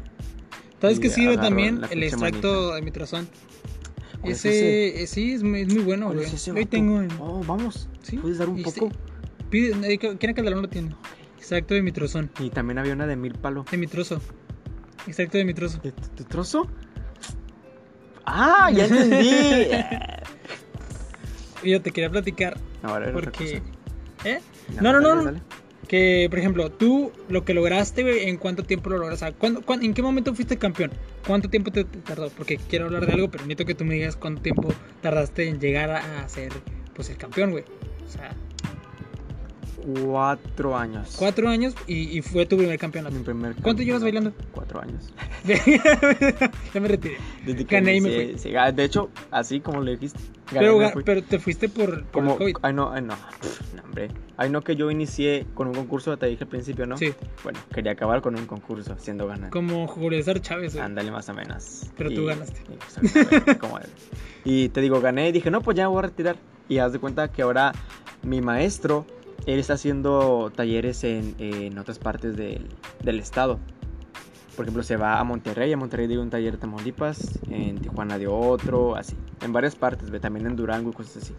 Speaker 1: ¿Sabes
Speaker 2: Y
Speaker 1: qué sirve
Speaker 2: agarro
Speaker 1: también
Speaker 2: la Pues
Speaker 1: el
Speaker 2: pinche
Speaker 1: extracto
Speaker 2: manita.
Speaker 1: de mitrazón?
Speaker 2: ¿Cuál es
Speaker 1: Ese, eh, sí, es muy, es muy bueno,
Speaker 2: ¿Cuál
Speaker 1: güey.
Speaker 2: es ese,
Speaker 1: Yo ahí
Speaker 2: vato?
Speaker 1: tengo en-
Speaker 2: Oh, vamos.
Speaker 1: Sí,
Speaker 2: ¿Puedes dar un
Speaker 1: y
Speaker 2: poco?
Speaker 1: Pide, eh, ¿Quién Calderón lo tiene? Extracto de mitrozón.
Speaker 2: Y también había una de mil palo.
Speaker 1: De mitrozo. Extracto de mitrozo.
Speaker 2: ¿De tu, tu trozo? Ah, ya entendí.
Speaker 1: yo te quería platicar
Speaker 2: Ahora era otra
Speaker 1: porque...
Speaker 2: cosa.
Speaker 1: ¿Eh?
Speaker 2: Ya,
Speaker 1: No, no,
Speaker 2: dale,
Speaker 1: no,
Speaker 2: dale.
Speaker 1: Que, por ejemplo, tú lo que lograste, güey, ¿en cuánto tiempo lo lograste? O sea, ¿cuándo- cuán- ¿En qué momento fuiste campeón? ¿Cuánto tiempo te te tardó? Porque quiero hablar de algo, pero necesito que tú me digas cuánto tiempo tardaste en llegar a a ser, pues, el campeón, güey. O sea,
Speaker 2: Cuatro años.
Speaker 1: cuatro años y, y fue tu primer campeonato.
Speaker 2: Mi primer
Speaker 1: ¿Cuánto llevas bailando?
Speaker 2: Cuatro años.
Speaker 1: ya me retiré.
Speaker 2: Desde que
Speaker 1: Gané y me
Speaker 2: inicié,
Speaker 1: fui.
Speaker 2: sí, ah, de hecho, así como le dijiste. gané y
Speaker 1: Pero,
Speaker 2: me
Speaker 1: ga-
Speaker 2: fui.
Speaker 1: pero te fuiste por, por el
Speaker 2: como,
Speaker 1: COVID.
Speaker 2: ay no, ay no, Pff, no, hombre. Ay no que yo inicié con un concurso, te dije al principio, ¿no?
Speaker 1: Sí,
Speaker 2: Bueno, quería acabar con un concurso, siendo ganante.
Speaker 1: como Julio Chávez, güey.
Speaker 2: Ándale más o menos.
Speaker 1: Pero tú ganaste.
Speaker 2: y, pues, a ver, ¿cómo es? Y te digo, gané y dije, no, pues ya me voy a retirar. Y haz de cuenta que ahora mi maestro, él está haciendo talleres en, en otras partes del, del estado. Por ejemplo, se va a Monterrey, a Monterrey dio un taller de Tamaulipas, en Tijuana de otro, así. En varias partes, ve, también en Durango y cosas así.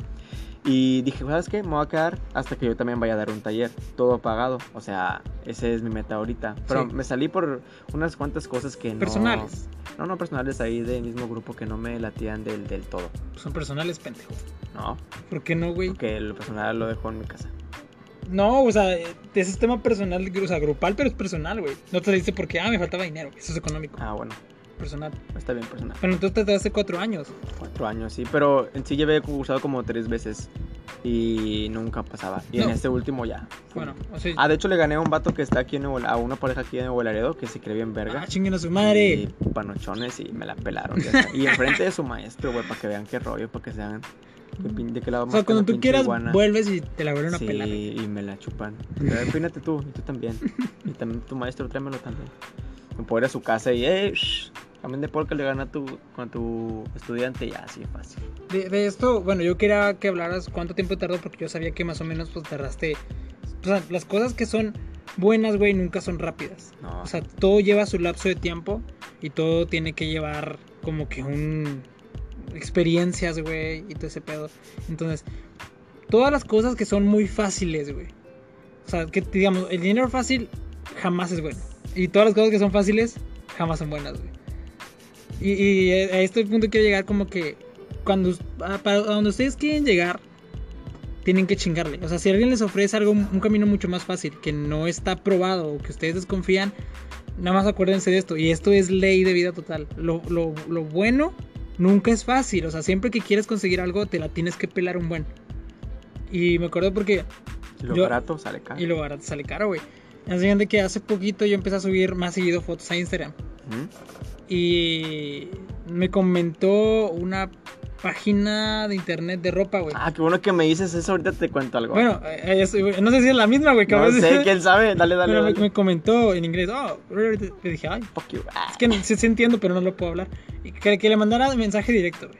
Speaker 2: Y dije, ¿sabes qué? Me voy a quedar hasta que yo también vaya a dar un taller, todo pagado. O sea, esa es mi meta ahorita. Pero
Speaker 1: Sí.
Speaker 2: me salí por unas cuantas cosas que no...
Speaker 1: Personales.
Speaker 2: No, no, personales ahí del mismo grupo que no me latían del, del todo.
Speaker 1: Son personales, pendejo.
Speaker 2: No,
Speaker 1: ¿Por qué no, güey?
Speaker 2: porque lo personal lo dejo en mi casa.
Speaker 1: No, o sea, eh, ese es tema personal, o sea, grupal, pero es personal, güey. No te dice porque, ah, me faltaba dinero. Eso es económico,
Speaker 2: Ah, bueno,
Speaker 1: personal.
Speaker 2: está bien personal.
Speaker 1: Pero entonces te tardaste cuatro años.
Speaker 2: Cuatro años, sí, pero en sí llevé cursado como tres veces y nunca pasaba. Y en
Speaker 1: No.
Speaker 2: este último ya.
Speaker 1: Bueno, o sea,
Speaker 2: Ah, de hecho le gané a un vato que está aquí en Nuevo- a una pareja aquí en Nuevo Laredo que se cree bien verga.
Speaker 1: ah, chinguen a su madre.
Speaker 2: Y panochones y me la pelaron. ya está. Y enfrente de su maestro, güey, para que vean qué rollo, para que se hagan de, pin- de qué lado
Speaker 1: o
Speaker 2: más
Speaker 1: sea,
Speaker 2: que
Speaker 1: cuando
Speaker 2: la
Speaker 1: tú
Speaker 2: pinche
Speaker 1: quieras,
Speaker 2: iguana.
Speaker 1: vuelves y te la vuelven a
Speaker 2: Sí,
Speaker 1: pelar.
Speaker 2: y me la chupan. Pero Empínate tú, y tú también. Y también tu maestro, tráemelo también. Me puedo ir a su casa y, eh, shh, también de polka le gana a tu, con tu estudiante, ya, así de fácil.
Speaker 1: De, de esto, bueno, yo quería que hablaras cuánto tiempo tardó porque yo sabía que más o menos pues tardaste. O sea, las cosas que son buenas, güey, nunca son rápidas.
Speaker 2: No,
Speaker 1: O sea, todo lleva su lapso de tiempo y todo tiene que llevar como que un experiencias, güey, y todo ese pedo. Entonces, todas las cosas que son muy fáciles, güey. O sea, que digamos, el dinero fácil jamás es bueno. Y todas las cosas que son fáciles jamás son buenas, güey. Y, y a este punto quiero llegar como que cuando a, para donde ustedes quieren llegar tienen que chingarle. O sea, si alguien les ofrece algo un camino mucho más fácil que no está probado o que ustedes desconfían, nada más acuérdense de esto. Y esto es ley de vida total. Lo, lo- lo bueno nunca es fácil. O sea, siempre que quieres conseguir algo, te la tienes que pelar un buen. Y me acuerdo porque
Speaker 2: lo
Speaker 1: yo-
Speaker 2: barato sale caro.
Speaker 1: y lo barato sale caro, güey. Así de que hace poquito yo empecé a subir más seguido fotos a Instagram.
Speaker 2: Ujú.
Speaker 1: Y me comentó una página de internet de ropa, güey.
Speaker 2: Ah, qué bueno que me dices eso, ahorita te cuento algo.
Speaker 1: bueno, eh, eso, güey, no sé si es la misma, güey. que a
Speaker 2: no
Speaker 1: veces-
Speaker 2: sé, quién sabe, dale, dale,
Speaker 1: pero me,
Speaker 2: dale.
Speaker 1: me comentó en inglés. Oh, le dije, ay,
Speaker 2: Fuck you. Ah.
Speaker 1: es que sí, sí entiendo, pero no lo puedo hablar. Y que, que le mandara mensaje directo, güey.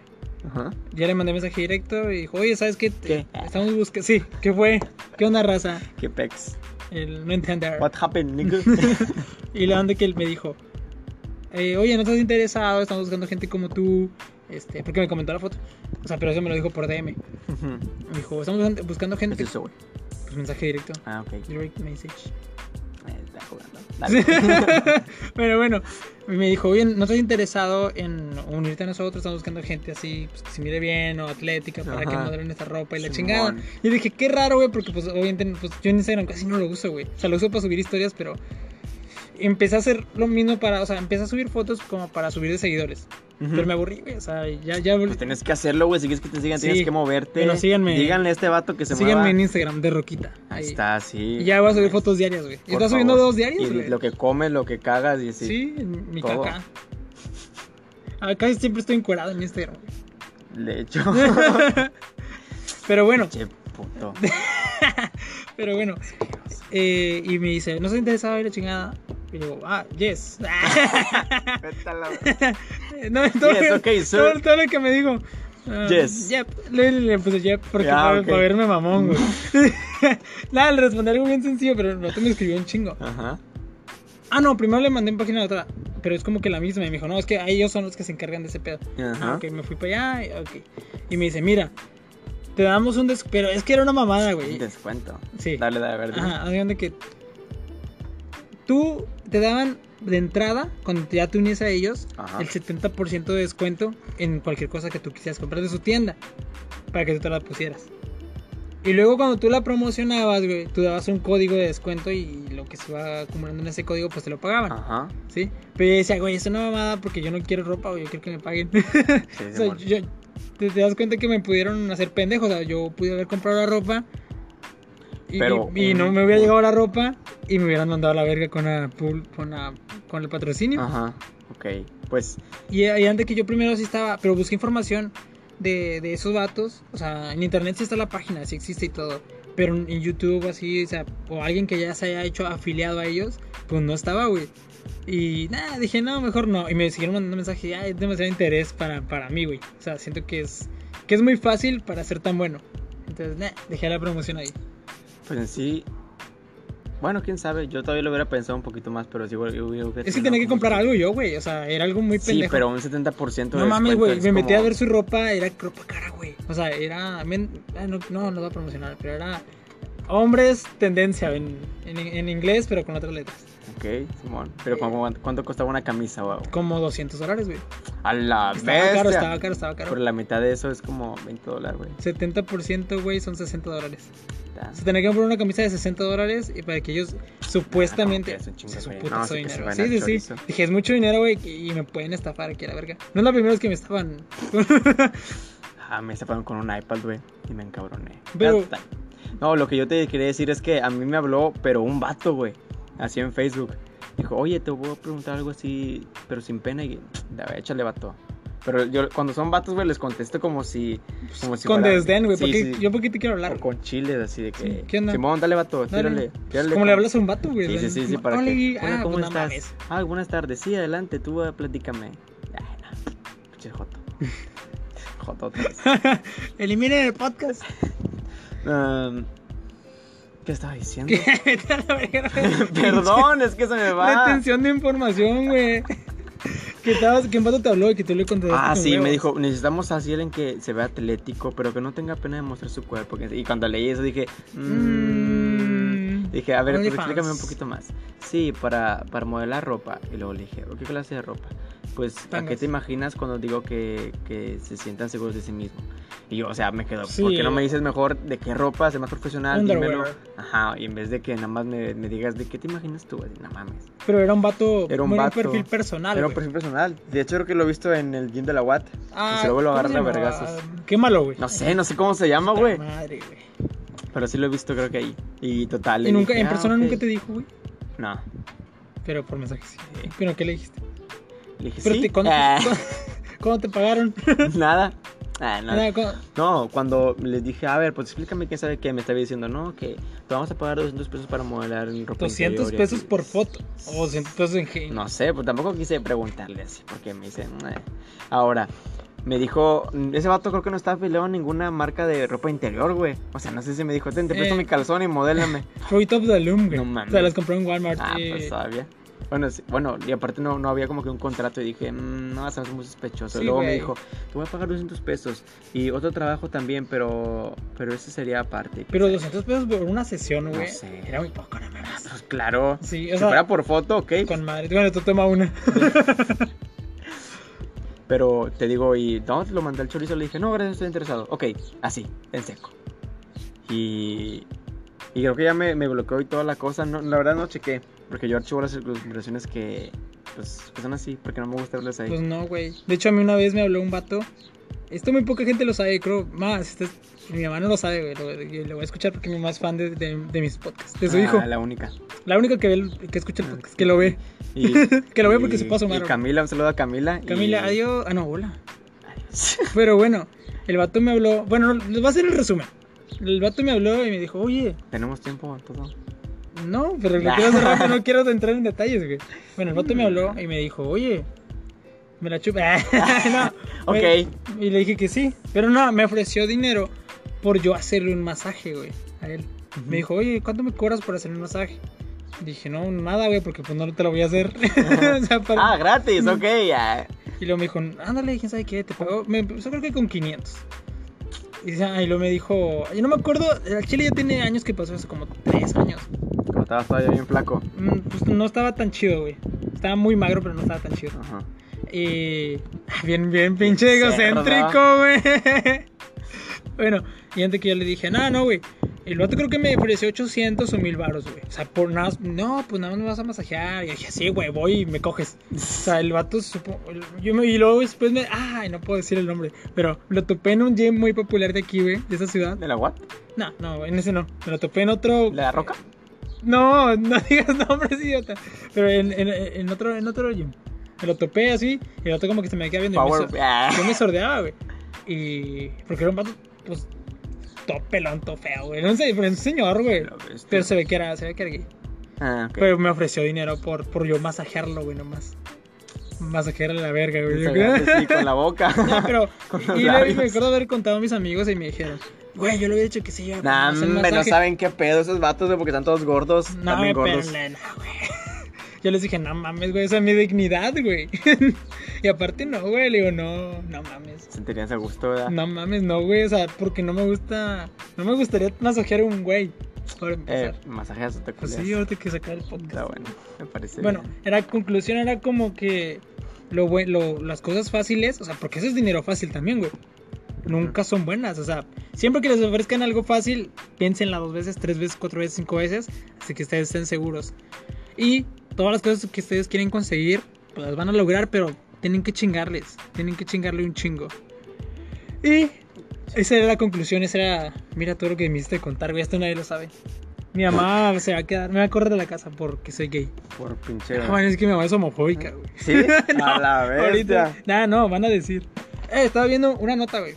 Speaker 2: Ajá.
Speaker 1: Ya le mandé mensaje directo y dijo, oye, ¿sabes qué?
Speaker 2: ¿Qué?
Speaker 1: Estamos buscando. Sí, ¿qué fue? ¿Qué onda, raza?
Speaker 2: Qué pex.
Speaker 1: El no entender.
Speaker 2: What happened, nigga?
Speaker 1: Y la onda que él me dijo, eh, oye, no estás interesado, estamos buscando gente como tú, este, porque me comentó la foto. O sea, pero eso me lo dijo por DM.
Speaker 2: Ujú.
Speaker 1: Me dijo, estamos buscando- buscando
Speaker 2: Es
Speaker 1: gente.
Speaker 2: eso, güey.
Speaker 1: Pues mensaje directo.
Speaker 2: Ah, ok. Eh,
Speaker 1: Direct message.
Speaker 2: Está jugando. Dale.
Speaker 1: Pero bueno, me dijo, oye, ¿no estás interesado en unirte a nosotros? Estamos buscando gente así, pues, que se mire bien o atlética para que
Speaker 2: Ajá.
Speaker 1: modelen esta ropa y la
Speaker 2: Simón.
Speaker 1: chingada. Y dije, qué raro, güey, porque pues obviamente pues, yo en Instagram casi no lo uso, güey. O sea, lo uso para subir historias, pero empecé a hacer lo mismo para, o sea, empecé a subir fotos como para subir de seguidores.
Speaker 2: Ujú.
Speaker 1: Pero me aburrí, güey, o sea, ya, ya volví.
Speaker 2: Pues tienes que hacerlo, güey. Si quieres que te sigan,
Speaker 1: Sí.
Speaker 2: tienes que moverte.
Speaker 1: Bueno, síganme.
Speaker 2: Díganle a este vato que se
Speaker 1: Síganme
Speaker 2: mueva.
Speaker 1: en Instagram, de Roquita.
Speaker 2: Ahí
Speaker 1: Ahí.
Speaker 2: está, sí.
Speaker 1: Y ya voy a subir
Speaker 2: Por
Speaker 1: fotos diarias, güey. ¿Y
Speaker 2: favor.
Speaker 1: ¿Estás subiendo dos diarias,
Speaker 2: Y
Speaker 1: güey?
Speaker 2: Lo que comes, lo que cagas y así.
Speaker 1: Sí, en mi
Speaker 2: todo.
Speaker 1: caca. Ah, Casi siempre estoy encuerado en este Instagram. güey.
Speaker 2: De hecho.
Speaker 1: Pero bueno,
Speaker 2: che, puto.
Speaker 1: pero bueno. Eh, y me dice, ¿no se interesaba ir a chingada? Y digo, ah, yes.
Speaker 2: Pétala, güey.
Speaker 1: no, todo,
Speaker 2: Yes,
Speaker 1: lo-
Speaker 2: okay, sir.
Speaker 1: todo- todo lo que me digo. ah,
Speaker 2: Yes.
Speaker 1: Yep. Le, le puse yep porque
Speaker 2: Ah,
Speaker 1: para,
Speaker 2: ok.
Speaker 1: para verme mamón, güey. Nada, le respondí algo bien sencillo, pero el rato me escribió un chingo.
Speaker 2: Ajá.
Speaker 1: Ah, no, primero le mandé en página de otra, pero es como que la misma. Y me dijo, no, es que ellos son los que se encargan de ese pedo.
Speaker 2: Ajá.
Speaker 1: Ah, Ok, me fui para allá, ok. Y me dice, mira, te damos un descuento. Pero es que era una mamada, güey.
Speaker 2: Un Descuento.
Speaker 1: Sí.
Speaker 2: Dale, dale, verde.
Speaker 1: Ajá, haz de cuenta que tú te daban de entrada, cuando ya te unías a ellos,
Speaker 2: Ajá.
Speaker 1: el 70% de descuento en cualquier cosa que tú quisieras comprar de su tienda. para que tú te la pusieras. Y luego cuando tú la promocionabas, güey, tú dabas un código de descuento y lo que se va acumulando en ese código, pues te lo pagaban,
Speaker 2: Ajá.
Speaker 1: ¿sí? Pero yo decía, güey, es una mamada porque yo no quiero ropa, güey, yo quiero que me paguen.
Speaker 2: Sí,
Speaker 1: O sea,
Speaker 2: Simón.
Speaker 1: yo- te, te das cuenta que me pudieron hacer pendejo. O sea, yo pude haber comprado la ropa. Y,
Speaker 2: Pero
Speaker 1: y- y no
Speaker 2: un-
Speaker 1: me hubiera
Speaker 2: un-
Speaker 1: llegado la ropa y me hubieran mandado a la verga con, la pul- con, la- con el patrocinio.
Speaker 2: Ajá. Ok. Pues
Speaker 1: Y, y antes que yo primero sí estaba, pero busqué información de, de esos vatos. O sea, en internet sí está la página, sí existe y todo. Pero en en YouTube así, o sea, o alguien que ya se haya hecho afiliado a ellos, pues no estaba, güey. Y nada, dije, no, mejor no. Y me siguieron mandando mensajes, ya es demasiado interés para, para mí, güey. O sea, siento que es, que es muy fácil para ser tan bueno. Entonces, nah, dejé la promoción ahí.
Speaker 2: Pues en sí. Bueno, quién sabe. Yo todavía lo hubiera pensado un poquito más, pero sí, hubiera- hubiera- hubiera
Speaker 1: Es que
Speaker 2: terminado
Speaker 1: tenía que
Speaker 2: como
Speaker 1: comprar
Speaker 2: que-
Speaker 1: algo yo, güey. O sea, era algo muy pendejo.
Speaker 2: Sí, pero un 70% de
Speaker 1: No mames,
Speaker 2: descuento
Speaker 1: güey.
Speaker 2: es
Speaker 1: Me metí a
Speaker 2: como-
Speaker 1: ver su ropa, era ropa cara, güey. O sea, era. men- ah, no, no, no va a promocionar, pero era. Hombres tendencia en, en, en inglés, pero con otras letras.
Speaker 2: Ok, Simón. Pero como- ¿cuánto, costaba una camisa, wow?
Speaker 1: Como 200 dólares, güey.
Speaker 2: A la
Speaker 1: Estaba
Speaker 2: bestia.
Speaker 1: caro, estaba caro, estaba caro.
Speaker 2: Por la mitad de eso es como 20 dólares, güey.
Speaker 1: 70%, güey, son 60 dólares.
Speaker 2: Ta-
Speaker 1: Se tenía que comprar una camisa de 60 dólares y para que ellos supuestamente.
Speaker 2: Ah, como que es un chingo
Speaker 1: Sí, es un
Speaker 2: de
Speaker 1: puto
Speaker 2: dinero. No, sí que se
Speaker 1: dinero.
Speaker 2: van
Speaker 1: Sí,
Speaker 2: al
Speaker 1: sí, sí.
Speaker 2: chorizo.
Speaker 1: Dije, es mucho dinero, güey, y me pueden estafar aquí a la verga. No es la primera vez que me estafan.
Speaker 2: Ah, me estafaron con un iPad, güey. Y me encabroné.
Speaker 1: Pero-
Speaker 2: Ta- ta- No, lo que yo te quería decir es que a mí me habló, pero un vato, güey. Así en Facebook. Dijo, oye, te voy a preguntar algo así, pero sin pena. Y "Da, échale, vato. Pero yo, cuando son vatos, güey, les contesto como si. Como si
Speaker 1: pues, con
Speaker 2: fuera-
Speaker 1: desdén, güey.
Speaker 2: Sí,
Speaker 1: porque
Speaker 2: sí.
Speaker 1: Yo, ¿por qué te quiero hablar?
Speaker 2: O con chiles, así de
Speaker 1: Sí,
Speaker 2: que.
Speaker 1: ¿qué onda?
Speaker 2: Simón, dale, vato,
Speaker 1: Dale.
Speaker 2: tírale. tírale
Speaker 1: Como le
Speaker 2: con-
Speaker 1: hablas a un vato, güey.
Speaker 2: Sí, sí, sí, sí, para
Speaker 1: pues, Hola,
Speaker 2: que.
Speaker 1: ah,
Speaker 2: Hola, ¿cómo
Speaker 1: pues no mames.
Speaker 2: estás? Ah, buenas tardes. Sí, adelante, tú ah, platícame. Ay, no. Pinche joto. joto otra vez.
Speaker 1: Eliminen el podcast.
Speaker 2: Um, ¿Qué estaba diciendo?
Speaker 1: Vete a la verga.
Speaker 2: Perdón, es que se me
Speaker 1: La
Speaker 2: va.
Speaker 1: atención de información, güey. Que estabas, que un vato te habló y que tú le contestaste.
Speaker 2: Ah,
Speaker 1: con
Speaker 2: sí, me
Speaker 1: huevos.
Speaker 2: dijo, necesitamos así alguien que se vea atlético, pero que no tenga pena de mostrar su cuerpo. que- Y cuando leí eso dije, mmm,
Speaker 1: Mm,
Speaker 2: dije, a ver, pues
Speaker 1: OnlyFans.
Speaker 2: explícame un poquito más. Sí, para, para modelar ropa. Y luego le dije, "¿O ¿qué clase de ropa? Pues, ¿a qué
Speaker 1: Tangas.
Speaker 2: te imaginas cuando digo que, que se sientan seguros de sí mismos? Y yo, o sea, me quedo,
Speaker 1: Sí.
Speaker 2: ¿por qué no me dices mejor de qué ropa, sea más profesional?
Speaker 1: Underwear.
Speaker 2: Dímelo. Ajá, y en vez de que nada más me, me digas, ¿de qué te imaginas tú? Así, no mames.
Speaker 1: Pero era un vato.
Speaker 2: Era un vato.
Speaker 1: perfil personal.
Speaker 2: Era un
Speaker 1: güey.
Speaker 2: perfil personal. De hecho, creo que lo he visto en el gym de la Watt.
Speaker 1: Ah,
Speaker 2: y se lo vuelvo a
Speaker 1: ¿cómo
Speaker 2: agarrar a
Speaker 1: se llama?
Speaker 2: vergazos.
Speaker 1: Qué malo, güey.
Speaker 2: No sé, no sé cómo se llama,
Speaker 1: Puta
Speaker 2: güey.
Speaker 1: Madre, güey.
Speaker 2: Pero sí lo he visto, creo que ahí. Y total. le
Speaker 1: Y nunca,
Speaker 2: dije,
Speaker 1: en
Speaker 2: "Ah,
Speaker 1: persona
Speaker 2: ok".
Speaker 1: nunca te dijo, güey.
Speaker 2: No.
Speaker 1: Pero por mensajes. sí.
Speaker 2: Sí.
Speaker 1: Pero ¿qué le dijiste?
Speaker 2: Le dije,
Speaker 1: Pero
Speaker 2: sí.
Speaker 1: te, ¿cuándo,
Speaker 2: Ah,
Speaker 1: cu- cuándo te pagaron?
Speaker 2: nada. Ah,
Speaker 1: Nada,
Speaker 2: nada.
Speaker 1: cu-
Speaker 2: No, cuando les dije, a ver, pues explícame quién sabe qué, me estaba diciendo, no, que te vamos a pagar 200 pesos para modelar en ropa.
Speaker 1: 200
Speaker 2: interior y
Speaker 1: pesos
Speaker 2: así".
Speaker 1: por foto. O 200 pesos en gen.
Speaker 2: No sé, pues tampoco quise preguntarle así, porque me dice, "Meh". ahora, me dijo, mm, ese vato creo que no está afiliado a ninguna marca de ropa interior, güey. O sea, no sé si me dijo, ten, te presto
Speaker 1: Eh.
Speaker 2: mi calzón y modélame.
Speaker 1: Fruit of the Loom, güey.
Speaker 2: No mames.
Speaker 1: O sea, las compré en Walmart.
Speaker 2: ah,
Speaker 1: eh,
Speaker 2: pues todavía. Bueno, sí, bueno, y aparte no, no había como que un contrato y dije, "Mm, no, se me hace muy sospechoso.
Speaker 1: Sí,
Speaker 2: Luego me
Speaker 1: güey.
Speaker 2: dijo, te voy a pagar 200 pesos y otro trabajo también, pero, pero ese sería aparte.
Speaker 1: pero 200 pesos por una sesión,
Speaker 2: No
Speaker 1: güey.
Speaker 2: sé.
Speaker 1: Era muy poco, no mames.
Speaker 2: Pues claro,
Speaker 1: Sí, o
Speaker 2: si fuera
Speaker 1: sea,
Speaker 2: por foto, ok,
Speaker 1: con madre. Bueno, tú toma una.
Speaker 2: Pero te digo, y no, lo mandé al chorizo, le dije, no, gracias, estoy interesado. Ok, así, en seco. Y, y creo que ya me, me bloqueó y toda la cosa. No, la verdad no chequé, porque yo archivo las conversaciones que, pues, que son así, porque no me gusta verlas ahí.
Speaker 1: Pues no, güey. De hecho, a mí una vez me habló un vato. Esto muy poca gente lo sabe, creo. Más, este es- mi mamá no lo sabe, güey. Lo, yo lo voy a escuchar porque mi mamá es fan de, de- de mis podcasts. De su
Speaker 2: Ah,
Speaker 1: hijo.
Speaker 2: La única.
Speaker 1: La única que, ve el- que escucha el
Speaker 2: Ah,
Speaker 1: podcast, que lo ve.
Speaker 2: Y,
Speaker 1: Que lo veo porque
Speaker 2: y-
Speaker 1: se puede asomar.
Speaker 2: y Camila, un saludo a Camila. y-
Speaker 1: Camila, adiós. Ah, no, hola.
Speaker 2: Adiós.
Speaker 1: Pero bueno, el vato me habló. Bueno, les voy a hacer el resumen. El vato me habló y me dijo, oye,
Speaker 2: Tenemos tiempo, todo.
Speaker 1: no, pero lo quiero hacer rápido, no quiero entrar en detalles, güey. Bueno, el vato me habló y me dijo, oye, me la chupa. no,
Speaker 2: Ok.
Speaker 1: me- y le dije que sí. Pero no, me ofreció dinero por yo hacerle un masaje, güey, a él. Me dijo, oye, ¿cuánto me cobras por hacerle un masaje? Dije, no, nada, güey, porque pues no te lo voy a hacer. O sea, para-
Speaker 2: Ah, gratis, ok. ah.
Speaker 1: y luego me dijo, ándale, quién sabe qué, te pago. Me empezó creo que con 500. Y, dice, ah, y luego me dijo, yo no me acuerdo, el chile ya tiene años que pasó, hace como 3 años.
Speaker 2: Como estabas todavía bien flaco.
Speaker 1: Mm, Pues no estaba tan chido, güey. Estaba muy magro, pero no estaba tan chido.
Speaker 2: Ajá.
Speaker 1: Y. ah, Bien, bien, pinche
Speaker 2: Cerdo.
Speaker 1: egocéntrico, güey. Bueno, y antes que yo le dije, no, no, güey. El vato creo que me ofreció 800 o 1000 baros, güey. O sea, por nada, no, pues nada más me vas a masajear. Y dije, sí, güey, voy y me coges. O sea, el vato, supo- yo me, y luego después me, ay, no puedo decir el nombre, pero lo topé en un gym muy popular de aquí, güey, de esa ciudad.
Speaker 2: ¿De la what?
Speaker 1: No, no, güey, en ese no. Me lo topé en otro.
Speaker 2: ¿De la roca?
Speaker 1: No, no digas nombres, idiota. Pero en, en, en otro, en otro gym. Me lo topé así, y el vato como que se me queda viendo. y me
Speaker 2: Power. Ah.
Speaker 1: hizo- yo me sordeaba, güey. Y. Porque era un vato, pues. Todo pelón, todo feo, güey. No sé, pero es un señor, güey. Pero se ve que era, se ve que era gay.
Speaker 2: pues, Ah, ok.
Speaker 1: Pero me ofreció dinero por, por yo masajearlo, güey, nomás. Masajearle la verga, güey. Yo-
Speaker 2: Sagarte, sí, con la boca.
Speaker 1: No, pero.
Speaker 2: Con los
Speaker 1: y le-
Speaker 2: labios.
Speaker 1: me acuerdo haber contado a mis amigos y me dijeron, güey, yo le hubiera dicho que sí, yo.
Speaker 2: Nah, hombre, no saben qué pedo esos vatos, güey, porque están todos gordos.
Speaker 1: No,
Speaker 2: también
Speaker 1: me
Speaker 2: gordos.
Speaker 1: pelan, güey. Yo les dije, no mames, güey, esa es mi dignidad, güey. y aparte, no, güey, le digo, no, no mames.
Speaker 2: Sentirían ese gusto, ¿verdad?
Speaker 1: No mames, no, güey, o sea, porque no me gusta. No me gustaría masajear a un güey. Por
Speaker 2: Eh,
Speaker 1: empezar.
Speaker 2: masajeas te
Speaker 1: pues
Speaker 2: culias.
Speaker 1: sí, ahorita que sacar el podcast.
Speaker 2: Está bueno, me parece.
Speaker 1: Bueno,
Speaker 2: bien.
Speaker 1: era conclusión, era como que lo, bue- lo- las cosas fáciles, o sea, porque eso es dinero fácil también, güey. Nunca son buenas, o sea, siempre que les ofrezcan algo fácil, piénsenla dos veces, tres veces, cuatro veces, cinco veces, así que ustedes estén seguros. Y todas las cosas que ustedes quieren conseguir, pues las van a lograr, pero tienen que chingarles, tienen que chingarle un chingo. Y esa era la conclusión, esa era, mira todo lo que me hiciste contar, güey, esto nadie lo sabe. Mi mamá se va a quedar, me va a correr de la casa porque soy gay.
Speaker 2: Por pinche.
Speaker 1: Ah, bueno, es que mi mamá es homofóbica, güey.
Speaker 2: ¿Sí? a la
Speaker 1: Ahorita.
Speaker 2: bestia.
Speaker 1: Nah, no, van a decir. Eh, estaba viendo una nota, güey.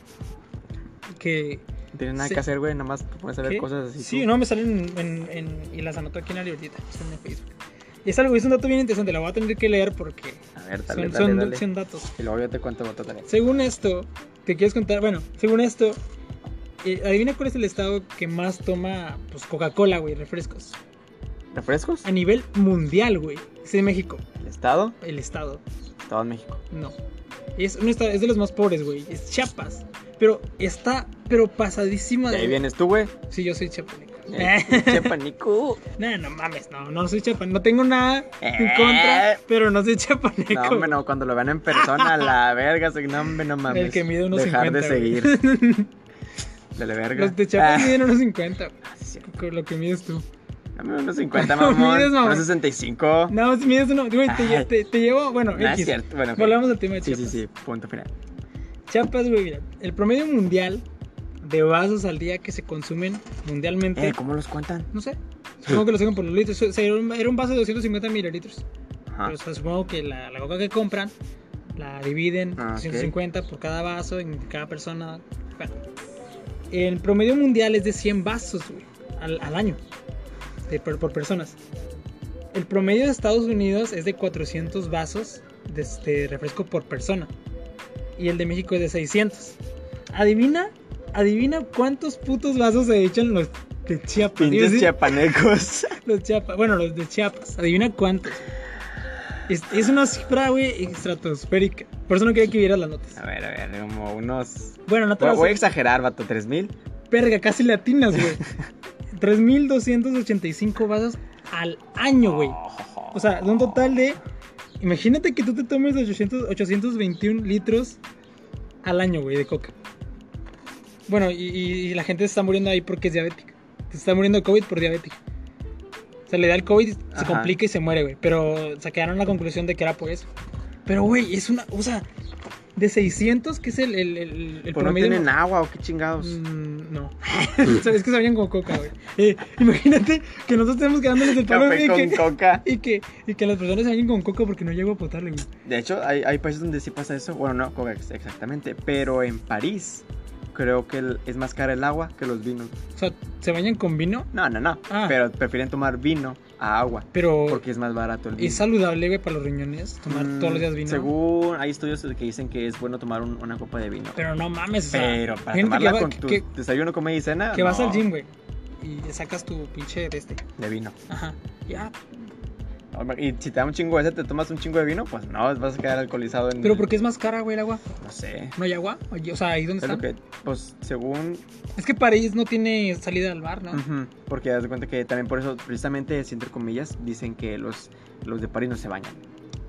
Speaker 1: Que.
Speaker 2: No tienes nada
Speaker 1: Sí.
Speaker 2: que hacer, güey, nada más te pones a ver
Speaker 1: que-
Speaker 2: cosas así.
Speaker 1: Sí,
Speaker 2: tú.
Speaker 1: no, me salen en, en- y las anoto aquí en la libretita. Están en Facebook. Y es algo, es un dato bien interesante, la voy a tener que leer porque
Speaker 2: A ver,
Speaker 1: son,
Speaker 2: dale, dale,
Speaker 1: son-
Speaker 2: dale.
Speaker 1: son datos.
Speaker 2: Y luego yo te cuento otra tarea.
Speaker 1: Según esto, te quieres contar, bueno, según esto, eh, adivina cuál es el estado que más toma pues Coca-Cola, güey, refrescos.
Speaker 2: ¿Refrescos?
Speaker 1: A nivel mundial, güey. Es de México,
Speaker 2: ¿El estado?
Speaker 1: el estado.
Speaker 2: Estado de México.
Speaker 1: No. Es, un estado- es de los más pobres, güey. Es Chiapas. Pero está, pero pasadísima
Speaker 2: De ahí
Speaker 1: de.
Speaker 2: vienes tú, güey.
Speaker 1: Sí, yo soy chiapaneco.
Speaker 2: Eh, pinche panico.
Speaker 1: no, no mames, no, no soy chiapaneco. No tengo nada en
Speaker 2: Eh.
Speaker 1: contra, pero no soy
Speaker 2: No,
Speaker 1: chiapaneco.
Speaker 2: hombre, no, cuando lo vean en persona, la verga, se- no, hombre, no mames.
Speaker 1: El que mide unos
Speaker 2: Dejar
Speaker 1: 50.
Speaker 2: de
Speaker 1: güey.
Speaker 2: seguir. Dale verga.
Speaker 1: Los de Chiapas
Speaker 2: Ah,
Speaker 1: miden unos 50, güey,
Speaker 2: ah, sí, sí.
Speaker 1: con lo que mides tú.
Speaker 2: Dame unos 50,
Speaker 1: No
Speaker 2: mamón.
Speaker 1: mides, mamón.
Speaker 2: Unos 65. No,
Speaker 1: No, si mides uno, güey, te,
Speaker 2: Ay.
Speaker 1: te- te llevo, bueno,
Speaker 2: es
Speaker 1: X.
Speaker 2: cierto. Bueno, ok.
Speaker 1: Volvamos al tema de
Speaker 2: Sí,
Speaker 1: Chiapas.
Speaker 2: sí, sí. Punto final.
Speaker 1: Chiapas, güey, mira, el promedio mundial de vasos al día que se consumen mundialmente.
Speaker 2: Eh, ¿cómo los cuentan?
Speaker 1: No sé. Supongo que lo sacan por los litros. O sea, era un- era un vaso de 250 mililitros.
Speaker 2: Ajá.
Speaker 1: Pero, o sea, supongo que la, la coca que compran la dividen
Speaker 2: Ah, ok.
Speaker 1: 250 por cada vaso en cada persona. Bueno, el promedio mundial es de 100 vasos güey, al, al año de- por, por personas. El promedio de Estados Unidos es de 400 vasos de este refresco por persona. Y el de México es de 600. Adivina, adivina cuántos putos vasos se echan los de Chiapas. Iba a
Speaker 2: Pinches
Speaker 1: decir-
Speaker 2: chiapanecos.
Speaker 1: los Chiapas, bueno, los de Chiapas, adivina cuántos. Es, es una cifra, güey, estratosférica. Por eso no quería que vieras las notas.
Speaker 2: A ver, a ver, como unos.
Speaker 1: Bueno, no te
Speaker 2: Voy,
Speaker 1: las
Speaker 2: voy a exagerar, vato. 3000.
Speaker 1: Verga, casi latinas, güey. 3.285 vasos al año, güey. O sea, de un total de... Imagínate que tú te tomes 800, 821 litros al año, güey, de coca. Bueno, y, y- y la gente se está muriendo ahí porque es diabética. Se está muriendo de COVID por diabética. O sea, le da el COVID, se
Speaker 2: Ajá.
Speaker 1: complica y se muere, güey. Pero se quedaron a la conclusión de que era por eso. Pero, güey, es una... O sea, de 600, que es el, el, el, el
Speaker 2: Pues no
Speaker 1: promedio...
Speaker 2: tienen agua o qué chingados.
Speaker 1: Mm, no. es que sabían con coca, güey. Eh, imagínate que nosotros tenemos que dándoles el palo güey,
Speaker 2: Café
Speaker 1: y
Speaker 2: con
Speaker 1: que,
Speaker 2: coca.
Speaker 1: y, que, y que las personas se bañen con coca porque no llego a potarle, güey.
Speaker 2: De hecho, hay, hay países donde sí pasa eso. Bueno, no coca ex- exactamente. Pero en París, creo que el- es más cara el agua que los vinos.
Speaker 1: O sea, se bañan con vino,
Speaker 2: No, no, no.
Speaker 1: Ah.
Speaker 2: Pero prefieren tomar vino a agua.
Speaker 1: pero
Speaker 2: Porque es más barato el vino.
Speaker 1: es saludable, güey, para los riñones tomar
Speaker 2: Mm,
Speaker 1: todos los días vino.
Speaker 2: Según hay estudios que dicen que es bueno tomar un- una copa de vino.
Speaker 1: Pero no mames, o sea,
Speaker 2: Pero para
Speaker 1: imagínate
Speaker 2: tomarla
Speaker 1: que, va-
Speaker 2: con
Speaker 1: que-
Speaker 2: tu
Speaker 1: que-
Speaker 2: desayuno, comida y cena.
Speaker 1: que vas
Speaker 2: no,
Speaker 1: al gym, güey, y sacas tu pinche de este.
Speaker 2: De vino.
Speaker 1: Ajá. ah, Ya.
Speaker 2: Y si te da un chingo de sed, te tomas un chingo de vino, pues no, vas a quedar alcoholizado en.
Speaker 1: Pero porque es más cara, güey, el agua.
Speaker 2: No sé.
Speaker 1: ¿No hay agua? Oye, O sea, ahí donde
Speaker 2: Es lo
Speaker 1: están.
Speaker 2: que, pues según.
Speaker 1: Es que París no tiene salida al bar, ¿no?
Speaker 2: Ujú, porque das cuenta que también por eso, precisamente, sí, entre comillas, dicen que los, los de París no se bañan.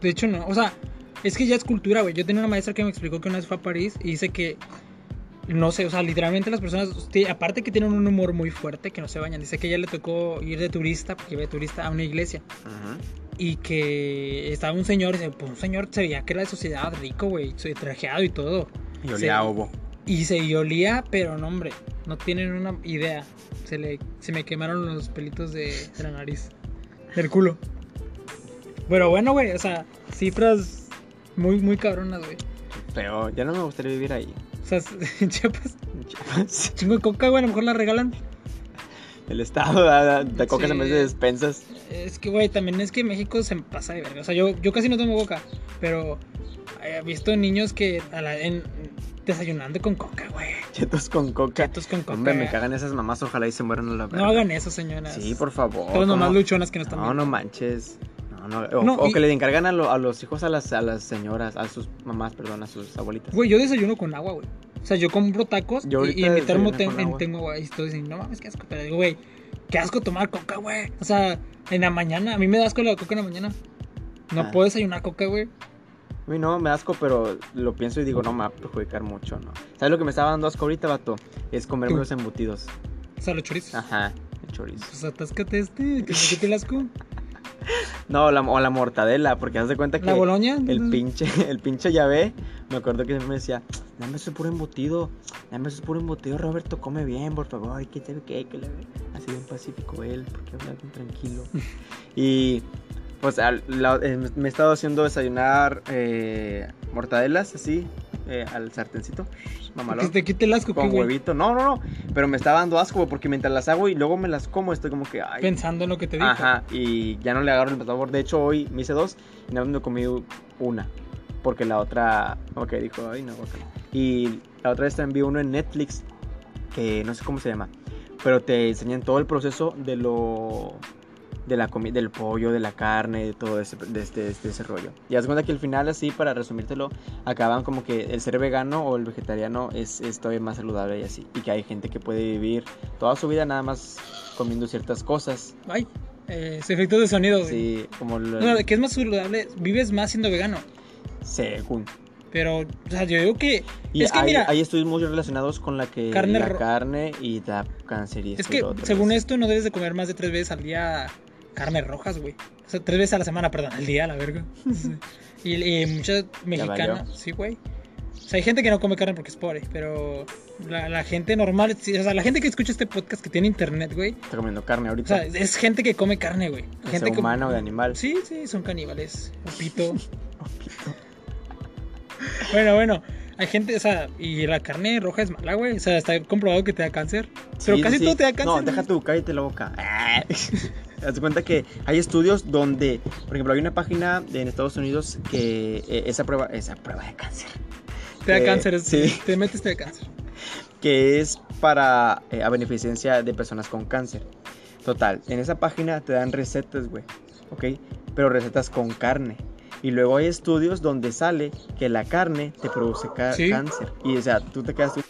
Speaker 1: De hecho, no. O sea, es que ya es cultura, güey. Yo tenía una maestra que me explicó que una vez fue a París y dice que No sé, o sea, literalmente las personas, ti- aparte que tienen un humor muy fuerte, que no se bañan. Dice que a ella le tocó ir de turista, porque iba de turista a una iglesia.
Speaker 2: Ajá.
Speaker 1: Y que estaba un señor, dice, pues un señor se veía que era de sociedad, rico, güey, se- trajeado y todo.
Speaker 2: Y olía a
Speaker 1: Sí.
Speaker 2: ovo.
Speaker 1: Y se y olía, pero no, hombre, no tienen una idea. Se, le, se me quemaron los pelitos de, de la nariz, del culo. Pero bueno, güey, o sea, cifras muy, muy cabronas, güey.
Speaker 2: Pero ya no me gustaría vivir ahí.
Speaker 1: O sea, en Chiapas,
Speaker 2: En Chiapas.
Speaker 1: chingo de coca, güey, a lo mejor la regalan.
Speaker 2: El estado da, da cocas
Speaker 1: Sí.
Speaker 2: en vez de despensas.
Speaker 1: Es que, güey, también es que México se pasa de verga. O sea, yo, yo casi no tomo coca, pero he visto niños que a la- en- desayunando con coca, güey.
Speaker 2: Chetos con coca.
Speaker 1: Chetos con coca.
Speaker 2: Hombre, me cagan esas mamás. Ojalá y se mueran a la verga.
Speaker 1: No hagan eso, señoras.
Speaker 2: Sí, por favor.
Speaker 1: Todos nomás
Speaker 2: ¿cómo?
Speaker 1: luchonas que no están
Speaker 2: No,
Speaker 1: viendo.
Speaker 2: no manches. No, no. O,
Speaker 1: No,
Speaker 2: o
Speaker 1: y-
Speaker 2: que le encargan a, lo- a los hijos, a las, a las señoras, a sus mamás, perdón, a sus abuelitas.
Speaker 1: Güey, yo desayuno con agua, güey. O sea, yo compro tacos
Speaker 2: Yo
Speaker 1: y,
Speaker 2: ahorita
Speaker 1: y mi termo
Speaker 2: desayuno
Speaker 1: ten-
Speaker 2: con agua.
Speaker 1: tengo agua. Y estoy diciendo, no mames, qué asco. Pero digo, güey, qué asco tomar coca, güey. O sea, en la mañana. A mí me da asco la coca en la mañana. No
Speaker 2: Ah.
Speaker 1: puedo desayunar coca, güey.
Speaker 2: A mí no, me da asco, pero lo pienso y digo, no me va a perjudicar mucho, ¿no? ¿Sabes lo que me estaba dando asco ahorita, vato? Es comerme
Speaker 1: Tú.
Speaker 2: los embutidos.
Speaker 1: O sea, los chorizos.
Speaker 2: Ajá, el chorizo.
Speaker 1: Pues atáscate este, que te quite el asco.
Speaker 2: No, la, o la mortadela, porque haz de cuenta que
Speaker 1: La boloña.
Speaker 2: el pinche, el pinche llave, me acuerdo que siempre me decía, dame ese puro embutido, dame ese puro embutido, Roberto, come bien, por favor, que te que, que la así bien pacífico él, porque habla bien tranquilo. y pues al- la- eh, me- me he estado haciendo desayunar eh, mortadelas así, eh, al sartencito,
Speaker 1: Que
Speaker 2: mamalón.
Speaker 1: te quite el asco, qué
Speaker 2: Con
Speaker 1: güey.
Speaker 2: huevito, no, no, no, pero me está dando asco, güey, porque mientras las hago y luego me las como, estoy como que, ay,
Speaker 1: Pensando en lo que te digo.
Speaker 2: Ajá, y ya no le agarro el sabor. De hecho, hoy me hice dos y nada más me comí una. Porque la otra, ok, dijo, ay, no, guácala". Y la otra vez también vi uno en Netflix, que no sé cómo se llama, pero te enseñan todo el proceso de lo. De la comi- del pollo, de la carne, de todo ese, de este, de este- ese rollo. Y haz cuenta que al final, así, para resumírtelo, acaban como que el ser vegano o el vegetariano es, es todavía más saludable y así. Y que hay gente que puede vivir toda su vida nada más comiendo ciertas cosas.
Speaker 1: Ay, eh, sus efectos de sonido, güey.
Speaker 2: Sí, como lo-
Speaker 1: No, que es más saludable, vives más siendo vegano.
Speaker 2: según.
Speaker 1: Pero, o sea, yo digo que.
Speaker 2: Y
Speaker 1: es que
Speaker 2: hay,
Speaker 1: mira.
Speaker 2: hay estudios muy relacionados con la que
Speaker 1: Carne
Speaker 2: la
Speaker 1: ro-
Speaker 2: carne y da cáncer y
Speaker 1: Es
Speaker 2: esto y
Speaker 1: que,
Speaker 2: lo otro.
Speaker 1: según esto, no debes de comer más de tres veces al día carnes rojas, güey. O sea, tres veces a la semana, perdón, al día, la verga. Sí. Y, y muchas mexicanas,
Speaker 2: valió.
Speaker 1: sí, güey. O sea, hay gente que no come carne porque es pobre, pero la, la gente normal, sí, o sea, la gente que escucha este podcast que tiene internet, güey,
Speaker 2: Está comiendo carne
Speaker 1: o sea,
Speaker 2: ahorita.
Speaker 1: es gente que come carne, güey.
Speaker 2: Ya
Speaker 1: Gente
Speaker 2: sea
Speaker 1: que-
Speaker 2: humana o de animal.
Speaker 1: Sí, sí, son caníbales. Opito. bueno, bueno, hay gente, o sea, y la carne roja es mala, güey. O sea, está comprobado que te da cáncer. Pero
Speaker 2: Sí,
Speaker 1: casi
Speaker 2: sí, sí.
Speaker 1: todo te da cáncer.
Speaker 2: No,
Speaker 1: güey.
Speaker 2: deja tu, cállate la boca. Haz cuenta que hay estudios donde, por ejemplo, hay una página en Estados Unidos que eh, esa prueba, esa prueba de cáncer,
Speaker 1: Te da
Speaker 2: Eh,
Speaker 1: cáncer, es-
Speaker 2: sí.
Speaker 1: te metes, te da cáncer.
Speaker 2: que es para eh, a beneficencia de personas con cáncer. Total, en esa página te dan recetas, güey, ¿ok? Pero recetas con carne. Y luego hay estudios donde sale que la carne te produce ca-
Speaker 1: Sí.
Speaker 2: cáncer. Y o sea, tú te quedas... tú-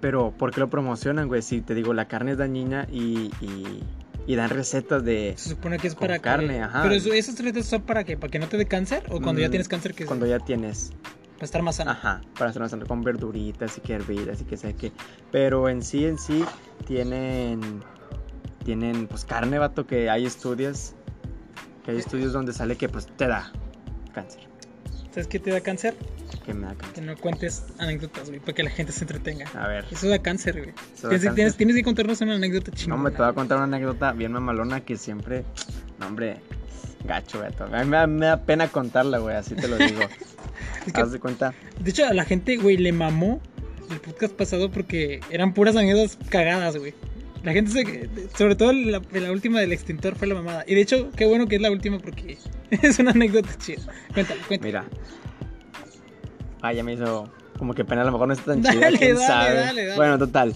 Speaker 2: Pero, ¿por qué lo promocionan, güey? Si te digo, la carne es dañina y, y, y dan recetas de...
Speaker 1: Se supone que es
Speaker 2: Con
Speaker 1: para que-
Speaker 2: carne, ajá.
Speaker 1: Pero eso- esas recetas son para qué? ¿Para que no te dé cáncer? ¿O cuando ya
Speaker 2: Mm,
Speaker 1: tienes cáncer que
Speaker 2: Cuando Ah. ya tienes...
Speaker 1: para estar más sano?
Speaker 2: Ajá, para hacer una sal- con verduritas y que hervidas y que sé qué. Pero en sí, en sí, tienen. Tienen, pues, carne, vato, que hay estudios. Que hay estudios donde sale que, pues, te da cáncer.
Speaker 1: ¿Sabes qué te da cáncer?
Speaker 2: Que me da
Speaker 1: Que
Speaker 2: cáncer.
Speaker 1: no cuentes anécdotas, güey, para que la gente se entretenga.
Speaker 2: A ver.
Speaker 1: Eso da cáncer, güey.
Speaker 2: Eso da
Speaker 1: Tienes,
Speaker 2: cáncer.
Speaker 1: tienes- tienes que contarnos una anécdota
Speaker 2: No,
Speaker 1: chingona.
Speaker 2: me te voy a contar una anécdota bien mamalona que siempre. No, hombre. Gacho, vato. A mí me da, me da pena contarla, güey, así te lo digo.
Speaker 1: Es que-
Speaker 2: Haz de cuenta.
Speaker 1: De hecho, a la gente, güey, le mamó el podcast pasado porque eran puras anécdotas cagadas, güey. La gente, se- sobre todo la, la última del extintor fue la mamada. Y de hecho, qué bueno que es la última porque es una anécdota chida. Cuéntale, cuéntale.
Speaker 2: Mira. Ah, ya me hizo como que pena, a lo mejor no está tan
Speaker 1: Dale,
Speaker 2: chida, quién
Speaker 1: dale,
Speaker 2: sabe.
Speaker 1: dale, dale.
Speaker 2: Bueno, total.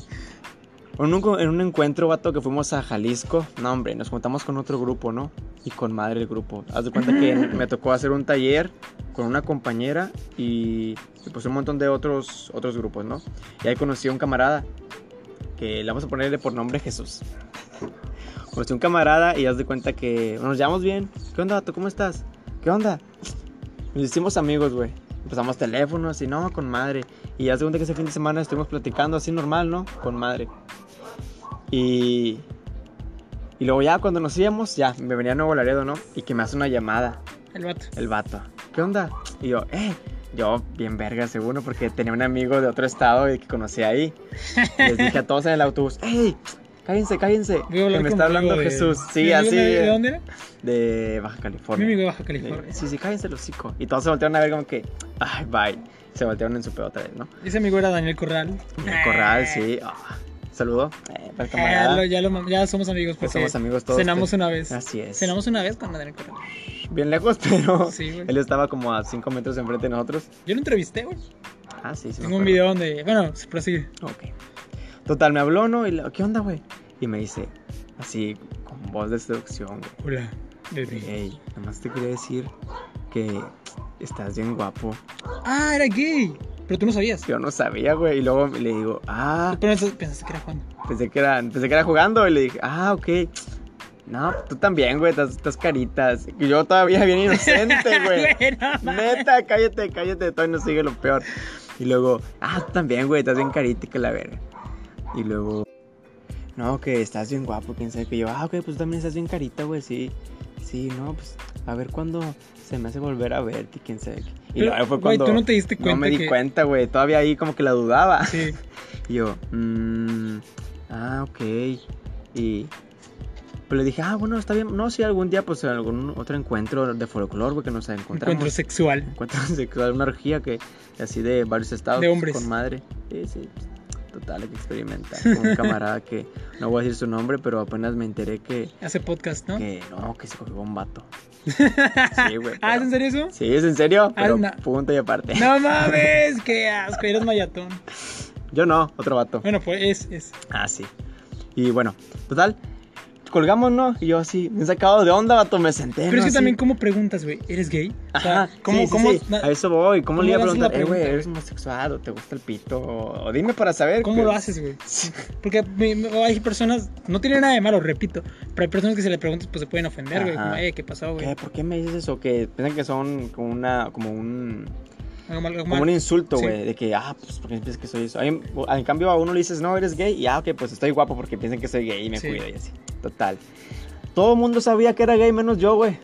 Speaker 2: En un, en un encuentro, vato, que fuimos a Jalisco, no, hombre, nos juntamos con otro grupo, ¿no? Y con madre el grupo. Haz de cuenta que me tocó hacer un taller con una compañera y, y, pues un montón de otros, otros grupos, ¿no? Y ahí conocí a un camarada que le vamos a ponerle por nombre Jesús. Conocí a un camarada y haz de cuenta que nos llevamos bien. ¿Qué onda, vato? ¿Cómo estás? ¿Qué onda? Nos hicimos amigos, güey. Empezamos teléfonos y no, con madre. Y ya segunda que ese fin de semana estuvimos platicando así normal, ¿no? Con madre. Y. Y luego ya cuando nos íbamos, ya me venía a Nuevo Laredo, ¿no? Y que me hace una llamada
Speaker 1: El vato.
Speaker 2: el vato. ¿Qué onda? Y yo, eh. Yo, bien verga, seguro, porque tenía un amigo de otro estado y que conocí ahí. Y les dije a todos en el autobús, ¡Ey! Cállense, cállense.
Speaker 1: Voy a hablar
Speaker 2: Que me
Speaker 1: con
Speaker 2: está
Speaker 1: mi amigo
Speaker 2: hablando
Speaker 1: de-
Speaker 2: Jesús.
Speaker 1: ¿Mi
Speaker 2: Sí,
Speaker 1: amigo
Speaker 2: así.
Speaker 1: ¿De de dónde era?
Speaker 2: De Baja
Speaker 1: Mi
Speaker 2: California.
Speaker 1: amigo de Baja
Speaker 2: Sí,
Speaker 1: California.
Speaker 2: Sí, sí, cállense el hocico. Y todos se voltearon a ver como que, ay, bye. Se voltearon en su pedo otra vez, ¿no?
Speaker 1: Ese amigo era Daniel Corral.
Speaker 2: En el corral, sí. ah, Saludo. Eh, para el
Speaker 1: Ah, ya,
Speaker 2: camarada.
Speaker 1: Eh. lo- ya, lo mam- ya somos amigos
Speaker 2: Pues
Speaker 1: porque
Speaker 2: somos amigos todos.
Speaker 1: cenamos una vez.
Speaker 2: Así es. Oh,
Speaker 1: Cenamos una vez con Daniel Corral.
Speaker 2: Bien lejos, pero
Speaker 1: Sí, güey.
Speaker 2: él estaba como a 5 metros enfrente de nosotros.
Speaker 1: Yo lo entrevisté, güey.
Speaker 2: Ah, sí, sí.
Speaker 1: Tengo
Speaker 2: me
Speaker 1: un
Speaker 2: acuerdo.
Speaker 1: video donde. Bueno, se prosigue.
Speaker 2: Ok. Total, me habló, ¿no? Y le- ¿Qué onda, güey? Y me dice, así, con voz de seducción, güey.
Speaker 1: Hola, baby.
Speaker 2: Hey, nomás te quería decir que estás bien guapo.
Speaker 1: Ah, era gay. Pero tú no sabías.
Speaker 2: Yo no sabía, güey. Y luego le digo, ah,
Speaker 1: Pero entonces pensaste que era Juan.
Speaker 2: pensé que era, pensé que era jugando. Y le dije, ah, ok. No, tú también, güey, estás, estás caritas. Y yo todavía bien inocente, güey.
Speaker 1: no mames.
Speaker 2: Neta, cállate, cállate, todavía no sigue lo peor. Y luego, ah, tú también, güey, estás bien carita que la verga. Y luego, no, que estás bien guapo, quién sabe que yo, ah, ok, pues tú también estás bien carita, güey, sí. Sí, no, pues a ver cuándo se me hace volver a verte, quién sabe. qué. Y
Speaker 1: Pero,
Speaker 2: luego fue
Speaker 1: güey,
Speaker 2: cuando.
Speaker 1: tú no te diste cuenta.
Speaker 2: no me di
Speaker 1: que-
Speaker 2: cuenta, güey, todavía ahí como que la dudaba.
Speaker 1: Sí.
Speaker 2: Y yo, mmm, ah, ok. Y pues le dije, ah, bueno, está bien. No, si algún día, pues en algún otro encuentro de folclore, güey, que nos encontramos
Speaker 1: Encuentro sexual.
Speaker 2: encuentro sexual, una orgía que así de varios estados
Speaker 1: De hombres.
Speaker 2: con madre. Sí, sí. Total, hay que experimentar. Con un camarada que no voy a decir su nombre, pero apenas me enteré que
Speaker 1: Hace podcast, ¿no?
Speaker 2: que no, que se cogió un vato. Sí, güey.
Speaker 1: ah, ¿es
Speaker 2: pero-
Speaker 1: en serio eso?
Speaker 2: Sí, es en serio, pero
Speaker 1: no.
Speaker 2: punto y aparte.
Speaker 1: No mames, qué asco, eres mayatón.
Speaker 2: Yo no, otro vato.
Speaker 1: Bueno, pues es, es.
Speaker 2: Ah, sí. Y bueno, total, colgamos, ¿no? Y yo así, me he sacado de onda, vato, me senté.
Speaker 1: Pero
Speaker 2: ¿no?
Speaker 1: es que
Speaker 2: Así.
Speaker 1: también, ¿cómo preguntas, güey? ¿Eres gay? O sea,
Speaker 2: Ajá,
Speaker 1: ¿cómo,
Speaker 2: sí, sí,
Speaker 1: cómo,
Speaker 2: sí,
Speaker 1: na-
Speaker 2: A eso voy. ¿Cómo,
Speaker 1: ¿cómo
Speaker 2: le iba a
Speaker 1: le haces la
Speaker 2: preguntar? Eh, güey,
Speaker 1: pregunta,
Speaker 2: ¿eres homosexual o te gusta el pito? O, o dime para saber.
Speaker 1: cómo
Speaker 2: pues.
Speaker 1: lo haces, güey? Porque mi- mi- hay personas, no tiene nada de malo, repito, pero hay personas que si le preguntas, pues se pueden ofender, güey.
Speaker 2: Ajá.
Speaker 1: Como, eh, ¿qué pasó, güey?
Speaker 2: ¿Qué? ¿Por qué me dices eso? Que piensan que son como una como un
Speaker 1: Algo mal, algo
Speaker 2: como
Speaker 1: mal.
Speaker 2: un insulto,
Speaker 1: Sí.
Speaker 2: güey, de que ah, pues porque piensas que soy eso. A mí- En cambio a uno le dices, "No, eres gay." Y ah, ok, pues estoy guapo porque piensan que soy gay y me
Speaker 1: Sí.
Speaker 2: cuido y así. Total. Todo el mundo sabía que era gay menos yo, güey.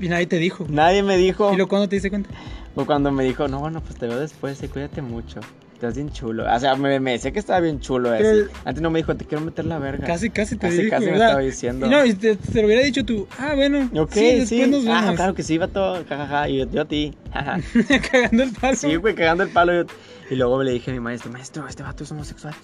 Speaker 1: Y nadie te dijo.
Speaker 2: Nadie me dijo.
Speaker 1: ¿Y luego cuándo te diste cuenta?
Speaker 2: O cuando me dijo, "No, bueno, pues te veo después, eh, cuídate mucho." Estás bien chulo. O sea, me, me decía que estaba bien chulo. eh,
Speaker 1: Pero-
Speaker 2: así. Antes no me dijo, te quiero meter la verga.
Speaker 1: Casi, casi te
Speaker 2: Casi,
Speaker 1: dijo.
Speaker 2: casi me
Speaker 1: ¿verdad?
Speaker 2: estaba diciendo.
Speaker 1: Y no, y te, te lo hubiera dicho tú, ah, bueno,
Speaker 2: Ok,
Speaker 1: sí,
Speaker 2: sí.
Speaker 1: después nos vemos.
Speaker 2: Ah, claro que sí, vato. Jajaja. Y yo, yo a ti. Jaja.
Speaker 1: Cagando el paso.
Speaker 2: Sí, güey, cagando el palo. yo- Y luego le dije a mi maestro, maestro, este vato es homosexual.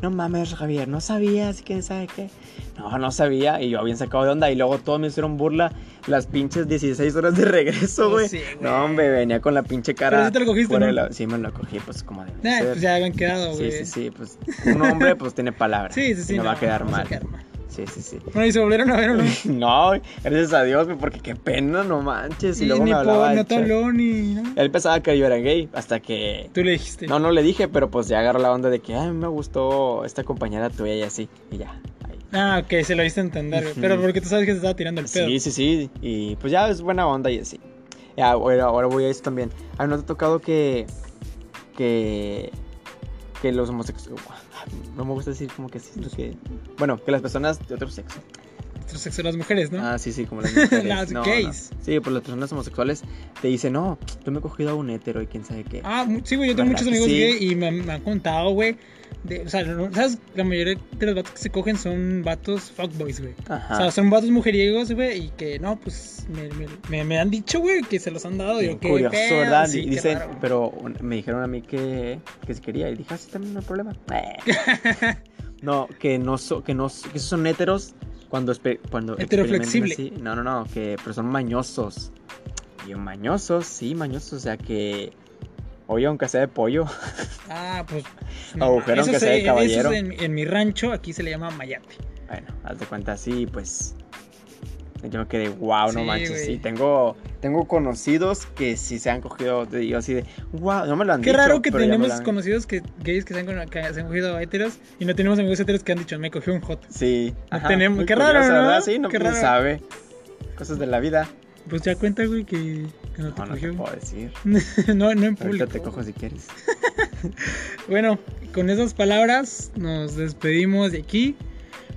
Speaker 2: No mames, Javier, no sabías, que sabe qué. No, no sabía. Y yo habían sacado de onda. Y luego todos me hicieron burla las pinches 16 horas de regreso,
Speaker 1: Pues
Speaker 2: güey.
Speaker 1: sí, güey.
Speaker 2: no, hombre, venía con la pinche cara.
Speaker 1: Pero sí te lo cogiste,
Speaker 2: fuera de
Speaker 1: ¿no?
Speaker 2: la- Sí, me lo cogí, pues como de.
Speaker 1: Nah, pues ya habían quedado,
Speaker 2: sí,
Speaker 1: güey.
Speaker 2: sí, sí. Pues un hombre, pues tiene palabra.
Speaker 1: Sí, sí, sí.
Speaker 2: Y no, va a quedar
Speaker 1: no se
Speaker 2: mal.
Speaker 1: quedar mal.
Speaker 2: Sí, sí, sí.
Speaker 1: Bueno, y se volvieron a ver o no.
Speaker 2: No, gracias a Dios, güey, porque qué pena, no manches. Y
Speaker 1: Sí,
Speaker 2: luego
Speaker 1: ni
Speaker 2: me
Speaker 1: por,
Speaker 2: hablaba. de
Speaker 1: no te
Speaker 2: chas-
Speaker 1: habló, ni. ¿no?
Speaker 2: Él pensaba que yo era gay hasta que.
Speaker 1: Tú le dijiste.
Speaker 2: No, no le dije, pero pues ya agarró la onda de que, ay, me gustó esta compañera tuya y así. Y ya. ahí.
Speaker 1: Ah, ok, se lo diste a entender, güey.
Speaker 2: Ujú.
Speaker 1: Pero porque tú sabes que se estaba tirando el pedo.
Speaker 2: Sí, sí, sí. Y pues ya es buena onda y así. Ya, ahora, ahora voy a eso también. A no te ha tocado que. Que. Que los homosexuales. No me gusta decir como que sí. que- Bueno, que las personas de otro sexo.
Speaker 1: Otro sexo, las mujeres, ¿no?
Speaker 2: Ah, sí, sí, como las mujeres.
Speaker 1: Las
Speaker 2: No, no.
Speaker 1: gays.
Speaker 2: Sí, pues las personas homosexuales te dicen, no, yo me he cogido a un hétero y quién sabe qué.
Speaker 1: Ah, mu- sí, güey, yo tengo muchos
Speaker 2: ¿Verdad que
Speaker 1: amigos
Speaker 2: sí?
Speaker 1: gay y me, han- me han contado, güey. de- o sea, no- ¿sabes? La mayoría de los vatos que se cogen son vatos fuckboys, güey.
Speaker 2: Ajá.
Speaker 1: O sea, son vatos mujeriegos, güey, y que no, pues me, me, me- me han dicho, güey, que se los han dado.
Speaker 2: Bien
Speaker 1: Yo, qué
Speaker 2: curioso,
Speaker 1: pedo,
Speaker 2: ¿verdad?
Speaker 1: sí, qué
Speaker 2: Dicen,
Speaker 1: raro, güey.
Speaker 2: pero un- me dijeron a mí que, que si quería y dije, ah, sí, también no hay problema. no, que no, so- que no so- que esos son héteros cuando, espe- cuando
Speaker 1: Heteroflexible.
Speaker 2: experimentan así. No, no, no, que pero son mañosos. Y yo, mañosos, sí, mañosos, o sea que oye, aunque sea de pollo,
Speaker 1: Ah, pues.
Speaker 2: Agujero,
Speaker 1: eso se-
Speaker 2: aunque sea de
Speaker 1: Eso
Speaker 2: caballero.
Speaker 1: es en, en mi rancho, aquí se le llama mayate.
Speaker 2: bueno, haz de cuenta así, pues yo me quedé, wow, no
Speaker 1: Sí,
Speaker 2: manches,
Speaker 1: güey.
Speaker 2: sí, tengo tengo conocidos que sí se han cogido, de- yo así de, wow, no me lo han
Speaker 1: Qué
Speaker 2: dicho.
Speaker 1: raro que
Speaker 2: pero ya me lo
Speaker 1: tenemos
Speaker 2: han-
Speaker 1: conocidos que gays que se han, con- que se han cogido a héteros y no tenemos amigos héteros que han dicho, me cogí un joto.
Speaker 2: Sí.
Speaker 1: No tenemos- qué raro,
Speaker 2: curioso,
Speaker 1: ¿no?
Speaker 2: ¿verdad? Sí, no
Speaker 1: Qué
Speaker 2: quién
Speaker 1: raro.
Speaker 2: sabe. Cosas de la vida.
Speaker 1: Pues ya cuenta, güey, que a que no te
Speaker 2: Ah, No, no te
Speaker 1: cogió.
Speaker 2: puedo decir.
Speaker 1: no, no en
Speaker 2: Ahorita
Speaker 1: público.
Speaker 2: te cojo si quieres.
Speaker 1: Bueno, con esas palabras nos despedimos de aquí.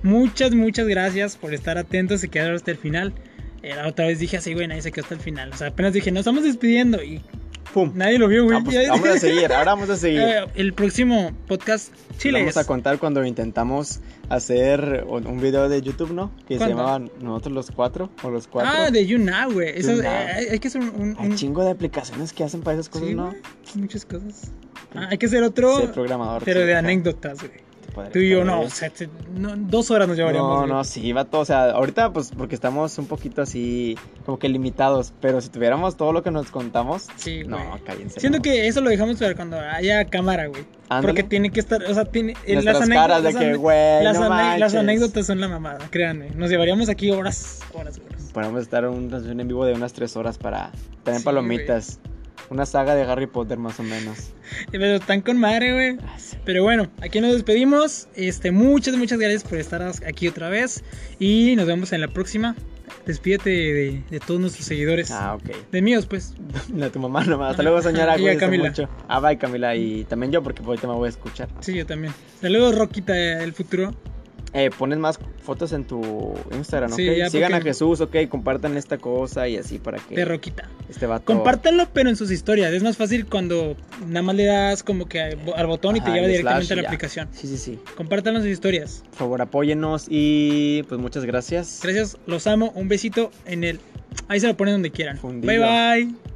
Speaker 1: Muchas, muchas gracias por estar atentos y quedar hasta el final. Eh, la otra vez dije así, güey, nadie se quedó hasta el final. O sea, apenas dije, nos estamos despidiendo y
Speaker 2: ¡Pum!
Speaker 1: nadie lo vio, güey.
Speaker 2: Ah, pues,
Speaker 1: Ya-
Speaker 2: vamos a seguir, ahora vamos a seguir.
Speaker 1: Eh, el próximo podcast Chile.
Speaker 2: Vamos a contar cuando intentamos hacer un un video de YouTube, ¿no? Que se
Speaker 1: ¿Cuándo?
Speaker 2: llamaba Nosotros los Cuatro o los Cuatro.
Speaker 1: Ah, de YouNow, güey. Eso es-
Speaker 2: YouNow.
Speaker 1: eh, hay, hay que hacer un. un-
Speaker 2: Hay
Speaker 1: un-
Speaker 2: chingo de aplicaciones que hacen para esas cosas,
Speaker 1: sí,
Speaker 2: ¿no?
Speaker 1: güey, muchas cosas. Ah, hay que hacer otro,
Speaker 2: Ser programador.
Speaker 1: pero
Speaker 2: sí,
Speaker 1: de
Speaker 2: ajá,
Speaker 1: anécdotas, güey.
Speaker 2: te podré-
Speaker 1: Tú y yo, no,
Speaker 2: podré-
Speaker 1: o sea, te- no, dos horas nos llevaríamos.
Speaker 2: No,
Speaker 1: güey.
Speaker 2: no, sí, vato. O sea, ahorita, pues, porque estamos un poquito así, como que limitados. Pero si tuviéramos todo lo que nos contamos,
Speaker 1: Sí, güey.
Speaker 2: no, cállense.
Speaker 1: Siento
Speaker 2: no.
Speaker 1: que eso lo dejamos para cuando haya cámara, güey.
Speaker 2: Ándale.
Speaker 1: Porque tiene que estar, o sea, tiene. eh,
Speaker 2: Nuestras
Speaker 1: anécdotas-
Speaker 2: caras de
Speaker 1: las
Speaker 2: que,
Speaker 1: ane-
Speaker 2: güey,
Speaker 1: las,
Speaker 2: no
Speaker 1: ane- las
Speaker 2: manches.
Speaker 1: anécdotas son la mamada, créanme. Nos llevaríamos aquí horas, horas, horas.
Speaker 2: Podemos estar en una transmisión en vivo de unas tres horas para tener
Speaker 1: Sí,
Speaker 2: palomitas. Una saga de Harry Potter, más o menos.
Speaker 1: Pero están con madre, güey.
Speaker 2: Ah, sí.
Speaker 1: Pero bueno, aquí nos despedimos. Este, muchas, muchas gracias por estar aquí otra vez. Y nos vemos en la próxima. Despídete de, de todos nuestros seguidores.
Speaker 2: Ah, ok.
Speaker 1: De míos, pues.
Speaker 2: No, tu mamá nomás. Hasta luego, señora.
Speaker 1: Y a
Speaker 2: cuídese
Speaker 1: Camila.
Speaker 2: mucho. Ah, bye, Camila. Y también yo, porque ahorita me voy a escuchar.
Speaker 1: Sí, yo también. Saludos, Roquita del futuro.
Speaker 2: Eh, pones más fotos en tu Instagram, ¿ok?
Speaker 1: Sí, ya,
Speaker 2: Sigan
Speaker 1: porque-
Speaker 2: a Jesús, ¿ok? Compartan esta cosa y así para
Speaker 1: De
Speaker 2: que
Speaker 1: Roquita.
Speaker 2: este vato...
Speaker 1: Compártanlo, pero en sus historias. Es más fácil cuando nada más le das como que al bo- al botón y te
Speaker 2: Ajá,
Speaker 1: lleva
Speaker 2: el
Speaker 1: directamente
Speaker 2: slash
Speaker 1: a
Speaker 2: y
Speaker 1: la
Speaker 2: ya.
Speaker 1: aplicación.
Speaker 2: Sí, sí, sí.
Speaker 1: Compártanlo en sus historias.
Speaker 2: Por favor, apóyennos y pues muchas gracias.
Speaker 1: Gracias, los amo. Un besito en el. Ahí se lo ponen donde quieran.
Speaker 2: Fundido.
Speaker 1: Bye bye.